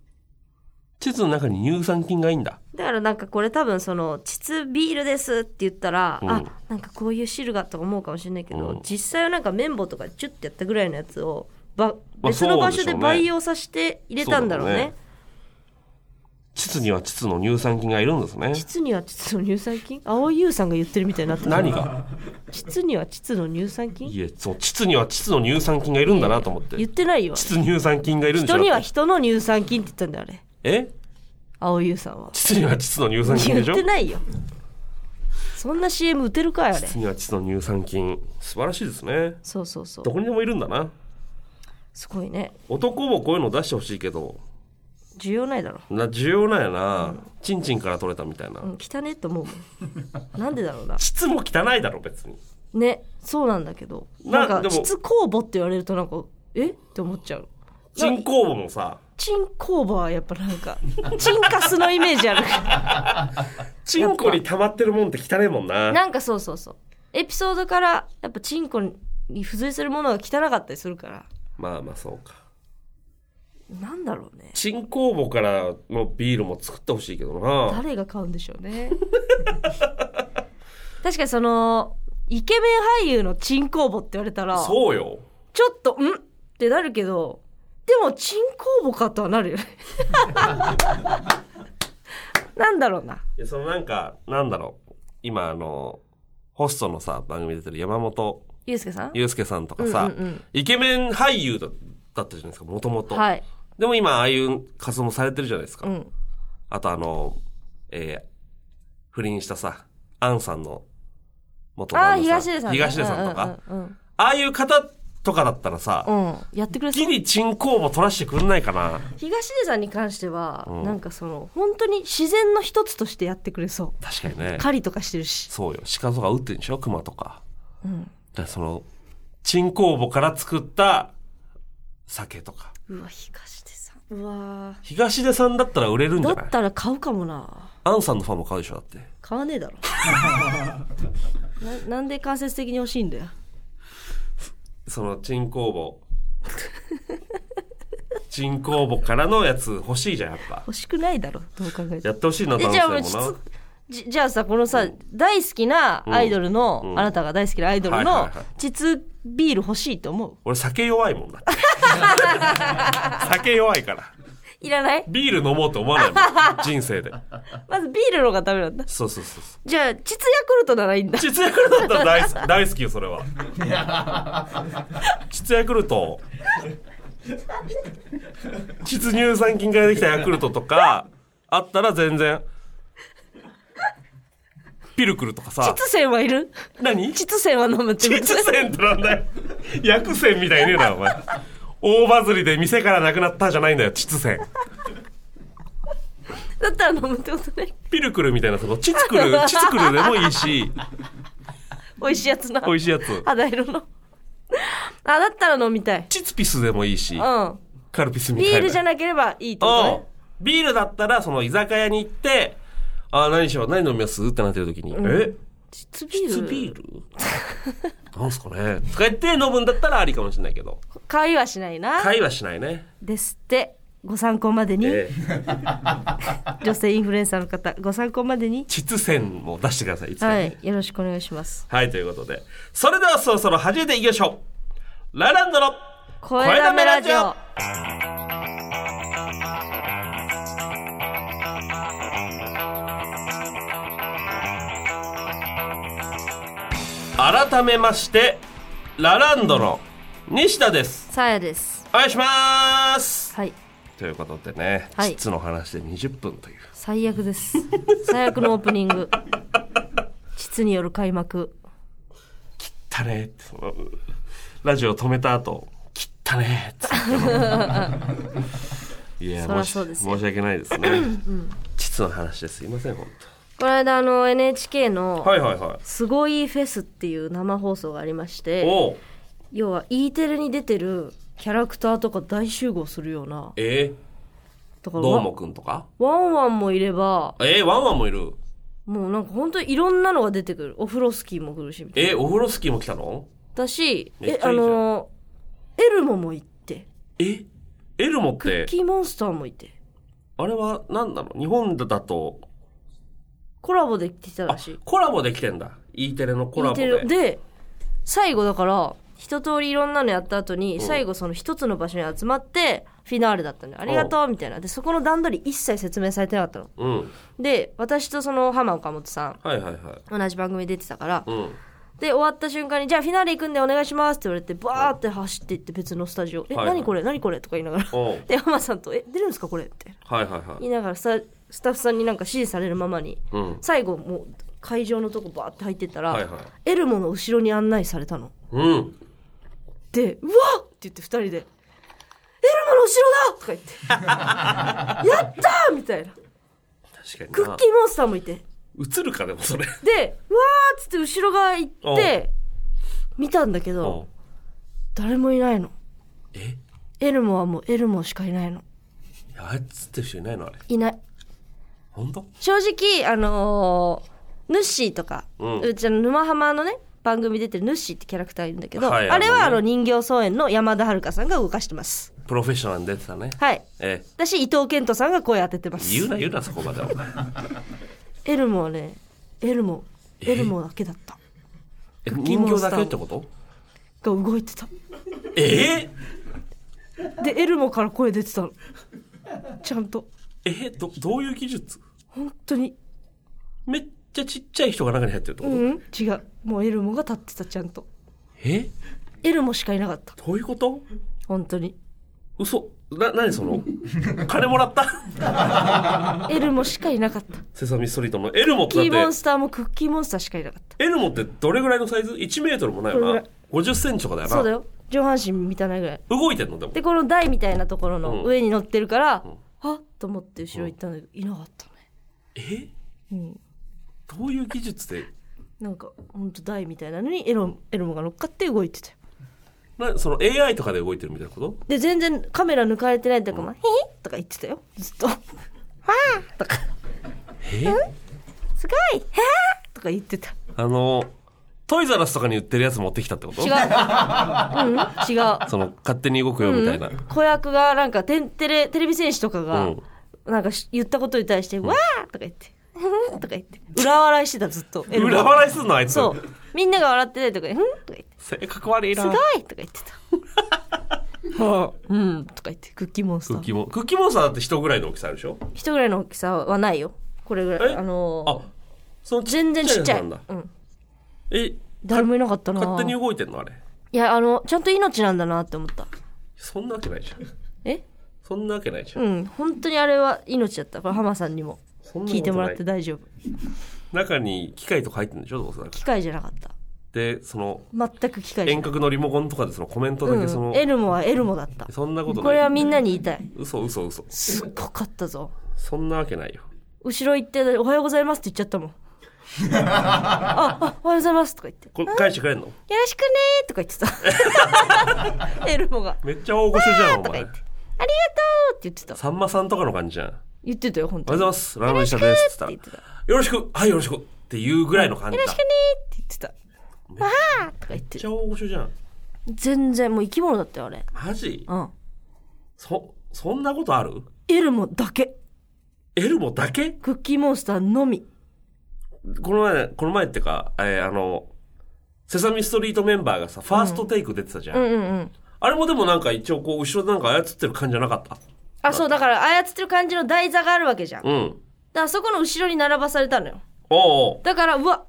[SPEAKER 1] 膣の中に乳酸菌がいいんだ
[SPEAKER 2] だからなんかこれ多分その膣ビールですって言ったら、
[SPEAKER 1] うん
[SPEAKER 2] あなんかこういう汁がとか思うかもしれないけど、
[SPEAKER 1] うん
[SPEAKER 2] 実際はなんか綿棒とかチュッてやったぐらいのやつをば
[SPEAKER 1] まあ
[SPEAKER 2] 別の場所
[SPEAKER 1] そうで
[SPEAKER 2] で
[SPEAKER 1] しょうね
[SPEAKER 2] 培養させて入れたんだろう
[SPEAKER 1] そうだ
[SPEAKER 2] ね
[SPEAKER 1] ね膣には膣の乳酸菌がいるんですね
[SPEAKER 2] 膣には膣の乳酸菌青井優さんが言ってるみたいになってる
[SPEAKER 1] 何が
[SPEAKER 2] 膣には膣の乳酸菌
[SPEAKER 1] いやそう膣には膣の乳酸菌がいるんだなと思って
[SPEAKER 2] 言ってないよ
[SPEAKER 1] 膣乳酸菌がいるんでしょ
[SPEAKER 2] 人には
[SPEAKER 1] だって
[SPEAKER 2] 人の乳酸菌って言ったんだよあれ
[SPEAKER 1] え
[SPEAKER 2] 青井優さんは
[SPEAKER 1] 膣には膣の乳酸菌
[SPEAKER 2] 言
[SPEAKER 1] で
[SPEAKER 2] っ
[SPEAKER 1] しょ
[SPEAKER 2] てないよそんな CM 打てるかいあれ
[SPEAKER 1] 膣には膣の乳酸菌素晴らしいですね
[SPEAKER 2] そうそうそう
[SPEAKER 1] どこにでもいるんだな
[SPEAKER 2] すごいね
[SPEAKER 1] 男もこういうの出してほしいけど
[SPEAKER 2] 需要ないだろ
[SPEAKER 1] な重要なんやな、チンチンから取れたみたいな、
[SPEAKER 2] うん、汚ねって思うもん なんでだろうな
[SPEAKER 1] 膣も汚いだろ別に
[SPEAKER 2] ねそうなんだけどな
[SPEAKER 1] なん
[SPEAKER 2] か
[SPEAKER 1] でも
[SPEAKER 2] 膣公募って言われるとなんかえって思っちゃう
[SPEAKER 1] チン公募もさ
[SPEAKER 2] チン公募はやっぱなん かチンカスのイメージあるから
[SPEAKER 1] チンコに溜まってるもんって汚いもん な
[SPEAKER 2] なんかそうそうそうエピソードからやっぱチンコに付随するものが汚かったりするから
[SPEAKER 1] まあまあそうか
[SPEAKER 2] なんだろうね
[SPEAKER 1] チン公募からのビールも作ってほしいけどな
[SPEAKER 2] 誰が買うんでしょうね 確かにそのイケメン俳優のチン公募って言われたら
[SPEAKER 1] そうよ
[SPEAKER 2] ちょっと、んってなるけど、でも、チン公募かとはなるよね。 なんだろうな。
[SPEAKER 1] いやそのなんかなんだろう今あのホストのさ番組出てる山本
[SPEAKER 2] ゆうすけさん
[SPEAKER 1] 祐介さんとかさ、
[SPEAKER 2] うんうんうん
[SPEAKER 1] イケメン俳優だだったじゃないですかもともと
[SPEAKER 2] はい。
[SPEAKER 1] でも今ああいう活動もされてるじゃないですか、
[SPEAKER 2] うん。
[SPEAKER 1] あとあの、えー不倫したさ、アンさんの元
[SPEAKER 2] ああ、
[SPEAKER 1] 旦那
[SPEAKER 2] 東出さんね、
[SPEAKER 1] 東出さんとか、
[SPEAKER 2] うんうん
[SPEAKER 1] ああいう方とかだったらさ、
[SPEAKER 2] うん、うんやってくれそ
[SPEAKER 1] ギ
[SPEAKER 2] う。
[SPEAKER 1] リチンコを取らしてくんないかな。
[SPEAKER 2] 東出さんに関しては、
[SPEAKER 1] うん
[SPEAKER 2] なんかその、本当に自然の一つとしてやってくれそ
[SPEAKER 1] 確かにね
[SPEAKER 2] う。。狩りとかしてるし。
[SPEAKER 1] そうよ。鹿とか撃ってるんでしょ熊とか。
[SPEAKER 2] うん。
[SPEAKER 1] だからその、チンコボから作った酒とか。
[SPEAKER 2] うわ、東出さん。うわ
[SPEAKER 1] 東出さんだったら売れるんじ
[SPEAKER 2] だ
[SPEAKER 1] ゃない
[SPEAKER 2] ったら買うかもな。
[SPEAKER 1] アンさんのファンも買うでしょだって。
[SPEAKER 2] 買わね えだろ。ななんで間接的に欲しいんだよ。
[SPEAKER 1] その、チン工房。新公募からのやつ欲しいじゃんやっぱ
[SPEAKER 2] 欲しくないだろどう考えて
[SPEAKER 1] や
[SPEAKER 2] も
[SPEAKER 1] ってほしいな
[SPEAKER 2] え
[SPEAKER 1] 男
[SPEAKER 2] じゃあもう
[SPEAKER 1] 性もな
[SPEAKER 2] じじゃあさこのさ、大好きなアイドルの、
[SPEAKER 1] うん
[SPEAKER 2] あなたが大好きなアイドル
[SPEAKER 1] はい
[SPEAKER 2] の
[SPEAKER 1] はいはい
[SPEAKER 2] 膣ビール欲しいと思う
[SPEAKER 1] 俺酒弱いもんだって 酒弱いから
[SPEAKER 2] いらない
[SPEAKER 1] ビール飲もうと思わないもん人生で
[SPEAKER 2] まずビールの方がダメなんだ
[SPEAKER 1] そうそうそうそう
[SPEAKER 2] じゃあ膣ヤクルトならいいんだ
[SPEAKER 1] 膣ヤクルトだったら大 好大好きよそれは膣ヤクルト膣乳酸菌からできたヤクルトとかあったら全然ピルクルとかさ
[SPEAKER 2] 膣線はいる
[SPEAKER 1] 何
[SPEAKER 2] 膣線は飲むってこと
[SPEAKER 1] 膣線ってなんだよ薬膳みたいねえなお前大バズりで店からなくなったじゃないんだよ膣線
[SPEAKER 2] だったら飲むってことね
[SPEAKER 1] ピルクルみたいなそのチツクルチツクルでもいいし
[SPEAKER 2] 美味しいやつな
[SPEAKER 1] 美味しいやつ
[SPEAKER 2] 肌色のあだったら飲みたい
[SPEAKER 1] チツピスでもいいし
[SPEAKER 2] うん
[SPEAKER 1] カルピスみた
[SPEAKER 2] ビ
[SPEAKER 1] いな
[SPEAKER 2] ールじゃなければいいってこと
[SPEAKER 1] うん
[SPEAKER 2] ね
[SPEAKER 1] ビールだったらその居酒屋に行ってあー何しよう何飲みますってなってる時に、え
[SPEAKER 2] 膣ビー
[SPEAKER 1] 膣
[SPEAKER 2] ル
[SPEAKER 1] ビール なんすかねとか言って飲むんだったらありかもしれないけど
[SPEAKER 2] 買いはしないな、
[SPEAKER 1] 会話しないね、
[SPEAKER 2] ですってご参考までに、
[SPEAKER 1] ええ
[SPEAKER 2] 女性インフルエンサーの方ご参考までに
[SPEAKER 1] 膣線も出してくださいいつかに
[SPEAKER 2] はいよろしくお願いします
[SPEAKER 1] はい、ということで。それではそろそろ始めていきましょう。ラランドの
[SPEAKER 2] 声だめラジオ
[SPEAKER 1] 改めまして、ラランドの西田です。
[SPEAKER 2] さあやです
[SPEAKER 1] お願いします
[SPEAKER 2] はい
[SPEAKER 1] ということでね、
[SPEAKER 2] はい
[SPEAKER 1] 実の話で20分という。
[SPEAKER 2] 最悪です 最悪のオープニング膣による開幕
[SPEAKER 1] 汚ねえって、その、ラジオ止めた後、汚ね えっていや、
[SPEAKER 2] そら
[SPEAKER 1] 申し
[SPEAKER 2] そうですよ
[SPEAKER 1] 申し訳ないですね。実の話ですいません、本
[SPEAKER 2] この間あの NHK
[SPEAKER 1] 当。は
[SPEAKER 2] の
[SPEAKER 1] いはいはい。
[SPEAKER 2] 「すごいフェス」っていう生放送がありまして
[SPEAKER 1] おう
[SPEAKER 2] 要は E テレに出てるキャラクターとか大集合するような
[SPEAKER 1] えー
[SPEAKER 2] だから
[SPEAKER 1] どう
[SPEAKER 2] ワ
[SPEAKER 1] もくんとか
[SPEAKER 2] ワンワンもいれば
[SPEAKER 1] えー、ワンワンもいる。
[SPEAKER 2] もうなんか本当にいろんなのが出てくるオフロスキーも来るしみたいな
[SPEAKER 1] えー、オフロスキーも来たの
[SPEAKER 2] だし
[SPEAKER 1] めっ
[SPEAKER 2] え
[SPEAKER 1] ちゃ
[SPEAKER 2] あ
[SPEAKER 1] いいじゃん
[SPEAKER 2] のエルモも行って
[SPEAKER 1] えエルモっ
[SPEAKER 2] ク
[SPEAKER 1] て、
[SPEAKER 2] ッキーモンスターもいて
[SPEAKER 1] あれは何なの日本だと、
[SPEAKER 2] コラボで来てた
[SPEAKER 1] あ
[SPEAKER 2] らしい、
[SPEAKER 1] コラボできてんだ。E テレのコラボ
[SPEAKER 2] E テ
[SPEAKER 1] で。
[SPEAKER 2] レで最後だから一通りいろんなのやった後に最後その一つの場所に集まってフィナーレだったのよありがとうみたいなでそこの段取り一切説明されてなかったの
[SPEAKER 1] うん。
[SPEAKER 2] で私とその浜岡本さん
[SPEAKER 1] はいはいはい。
[SPEAKER 2] 同じ番組出てたから
[SPEAKER 1] うん。
[SPEAKER 2] で終わった瞬間に「じゃあフィナーレ行くんでお願いします」って言われてバーって走っていって別のスタジオ「え
[SPEAKER 1] はいはい
[SPEAKER 2] 何これ何これ」とか言いながら
[SPEAKER 1] おう
[SPEAKER 2] で浜さんと「え出るんですかこれ」みたいな
[SPEAKER 1] はいはいはい。
[SPEAKER 2] 言いながらスタスタッフさんになんか指示されるままに
[SPEAKER 1] うん。
[SPEAKER 2] 最後もう会場のとこバーって入ってったら、
[SPEAKER 1] はいはい
[SPEAKER 2] エルモの後ろに案内されたの
[SPEAKER 1] うん。
[SPEAKER 2] で「うわっ!」って言って2人で「エルモの後ろだ!」とか言って「やったー!」みたいな
[SPEAKER 1] 確
[SPEAKER 2] ク
[SPEAKER 1] かに
[SPEAKER 2] ッ
[SPEAKER 1] な
[SPEAKER 2] キ。ーモンスターもいて
[SPEAKER 1] 映るかでもそれ。
[SPEAKER 2] で「うわー!」っつって後ろ側行って見たんだけ
[SPEAKER 1] お
[SPEAKER 2] ど誰もいないの
[SPEAKER 1] え
[SPEAKER 2] エルモはもうエルモしかいないの
[SPEAKER 1] あいつってる人いないのあれ。
[SPEAKER 2] いない
[SPEAKER 1] ほんと
[SPEAKER 2] 正直あのーヌッシーとか、う
[SPEAKER 1] うん
[SPEAKER 2] ちの沼ハマのね番組出てるヌッシーってキャラクターいるんだけど、
[SPEAKER 1] はい
[SPEAKER 2] あれは
[SPEAKER 1] あ
[SPEAKER 2] あ
[SPEAKER 1] のね
[SPEAKER 2] の人形草園の山田遥さんが動かしてます
[SPEAKER 1] プロフェッショナルに出てたね。
[SPEAKER 2] はい
[SPEAKER 1] え
[SPEAKER 2] 私伊藤健人さんが声当ててま
[SPEAKER 1] え
[SPEAKER 2] す
[SPEAKER 1] 言うな言うなそこまでお前。
[SPEAKER 2] エルモはねエルモエルモだけだった
[SPEAKER 1] え
[SPEAKER 2] ッキー
[SPEAKER 1] 人
[SPEAKER 2] モン
[SPEAKER 1] 形
[SPEAKER 2] スター
[SPEAKER 1] だけってこと
[SPEAKER 2] が動いてた
[SPEAKER 1] え
[SPEAKER 2] でエルモから声出てたのちゃんと
[SPEAKER 1] ええど、どういう技術
[SPEAKER 2] 本当に
[SPEAKER 1] めっちゃちっちゃい人が中に入ってるってこ
[SPEAKER 2] う
[SPEAKER 1] と、
[SPEAKER 2] ん違うもうエルモが立ってたちゃんと
[SPEAKER 1] え
[SPEAKER 2] エルモしかいなかった
[SPEAKER 1] どういうこと
[SPEAKER 2] 本当に
[SPEAKER 1] 嘘な、なにその金もら った
[SPEAKER 2] エルモしかいな かった
[SPEAKER 1] セサミストリートのエルモっ
[SPEAKER 2] キ
[SPEAKER 1] て
[SPEAKER 2] ーモ
[SPEAKER 1] だっ
[SPEAKER 2] ン
[SPEAKER 1] て
[SPEAKER 2] スターもクッキーモンスターしかいなかった
[SPEAKER 1] エルモってどれぐらいのサイズ ?1 メートルもないよ
[SPEAKER 2] これぐ
[SPEAKER 1] な
[SPEAKER 2] らい
[SPEAKER 1] 50センチとかだよな
[SPEAKER 2] そうだよ上半身満たないぐらい
[SPEAKER 1] 動いてんのでも
[SPEAKER 2] でこの台みたいなところ
[SPEAKER 1] う
[SPEAKER 2] の
[SPEAKER 1] ん
[SPEAKER 2] 上に乗ってるから、あっと思って後ろ行ったんだけど、いなかったね
[SPEAKER 1] え
[SPEAKER 2] うん
[SPEAKER 1] どういう技術で
[SPEAKER 2] なんかほんと台みたいなのにエロエルモが乗っかって動いてたよ
[SPEAKER 1] なその AI とかで動いてるみたいなこと
[SPEAKER 2] で全然カメラ抜かれてないとかも「へへ」とか言ってたよず っと「わあ」とか
[SPEAKER 1] え
[SPEAKER 2] 「すごいへへ」とか言ってた
[SPEAKER 1] あの、トイザラスとかに売ってるやつ持ってきたってこと
[SPEAKER 2] 違う。うん、違う。
[SPEAKER 1] その勝手に動くよみたいな、
[SPEAKER 2] うん子役がなんかテンテレテレビ戦士とかが、
[SPEAKER 1] うん
[SPEAKER 2] なんかし言ったことに対して「わー!」とか言って「ふん」とか言って裏笑いしてたずっ とエル
[SPEAKER 1] 裏
[SPEAKER 2] が
[SPEAKER 1] 笑いすんのあいつ
[SPEAKER 2] そうみんなが笑ってないとかで「ふん」とか言って「
[SPEAKER 1] 性格悪い
[SPEAKER 2] す
[SPEAKER 1] な
[SPEAKER 2] ご い!」とか言ってた「はあうん」とか言ってクッキーモンスタ
[SPEAKER 1] クッキ
[SPEAKER 2] ー
[SPEAKER 1] ーモンクッキーモンスターだって人ぐらいの大きさあるでしょ
[SPEAKER 2] 人ぐらいの大きさはないよこれぐらい
[SPEAKER 1] え
[SPEAKER 2] あのー
[SPEAKER 1] あその
[SPEAKER 2] 全然ちっちゃい、
[SPEAKER 1] な
[SPEAKER 2] うん
[SPEAKER 1] だ
[SPEAKER 2] ん、
[SPEAKER 1] え
[SPEAKER 2] 誰もいなかったな
[SPEAKER 1] 勝手に動いてんのあれ
[SPEAKER 2] いやあのちゃんと命なんだなって思った
[SPEAKER 1] そんなわけないじゃん
[SPEAKER 2] え
[SPEAKER 1] そんなわけないじゃん、
[SPEAKER 2] うん本当にあれは命だったこれ浜さんにも
[SPEAKER 1] そんなことない
[SPEAKER 2] 聞いてもらって大丈夫
[SPEAKER 1] 中に機械とか入ってるんでしょどうせなんか
[SPEAKER 2] 機械じゃなかった
[SPEAKER 1] でその
[SPEAKER 2] 全く機械じゃ
[SPEAKER 1] 遠
[SPEAKER 2] ない
[SPEAKER 1] 隔のリモコンとかでそのコメントだけその、
[SPEAKER 2] うん、エルモはエルモだった
[SPEAKER 1] そんなことない
[SPEAKER 2] これはみんなに言いたい
[SPEAKER 1] 嘘嘘嘘
[SPEAKER 2] すっごかったぞ
[SPEAKER 1] そんなわけないよ
[SPEAKER 2] 後ろ行って「おはようございます」って言っちゃっ たもんああおはようございます」とか言って
[SPEAKER 1] これ返してくれんの
[SPEAKER 2] 「よろしくねー」とか言っ てたエルモが
[SPEAKER 1] めっちゃ大御所じゃんお
[SPEAKER 2] とか
[SPEAKER 1] 前
[SPEAKER 2] 言って「ありがとう」って言ってた
[SPEAKER 1] さんまさんとかの感じじゃんおはよ
[SPEAKER 2] 言ってたよ本
[SPEAKER 1] う
[SPEAKER 2] 当
[SPEAKER 1] ご
[SPEAKER 2] に
[SPEAKER 1] ざいますラーメン医者ですって言
[SPEAKER 2] って言
[SPEAKER 1] っ
[SPEAKER 2] ったて
[SPEAKER 1] ら
[SPEAKER 2] た「よ
[SPEAKER 1] よろしくはいよろしくっていうぐらいの感じだ
[SPEAKER 2] ろしくねー」って言ってた「わー」とか言っ
[SPEAKER 1] めってちゃ大御所じゃん
[SPEAKER 2] 全然もう生き物だったよあれ
[SPEAKER 1] マジ
[SPEAKER 2] うん
[SPEAKER 1] そそんなことある
[SPEAKER 2] エルモだけ
[SPEAKER 1] エルモだけ
[SPEAKER 2] クッキーモンスターのみ
[SPEAKER 1] この前この前ってかえーあのセサミストリートメンバーがさファーストテイク出てたじゃん、
[SPEAKER 2] うんうんうん
[SPEAKER 1] あれもでもなんか一応こう後ろでなんか操ってる感じじゃなかった
[SPEAKER 2] あそうだから操ってる感じの台座があるわけじゃん
[SPEAKER 1] うん
[SPEAKER 2] だからそこの後ろに並ばされたのよ
[SPEAKER 1] おうおう
[SPEAKER 2] だからうわ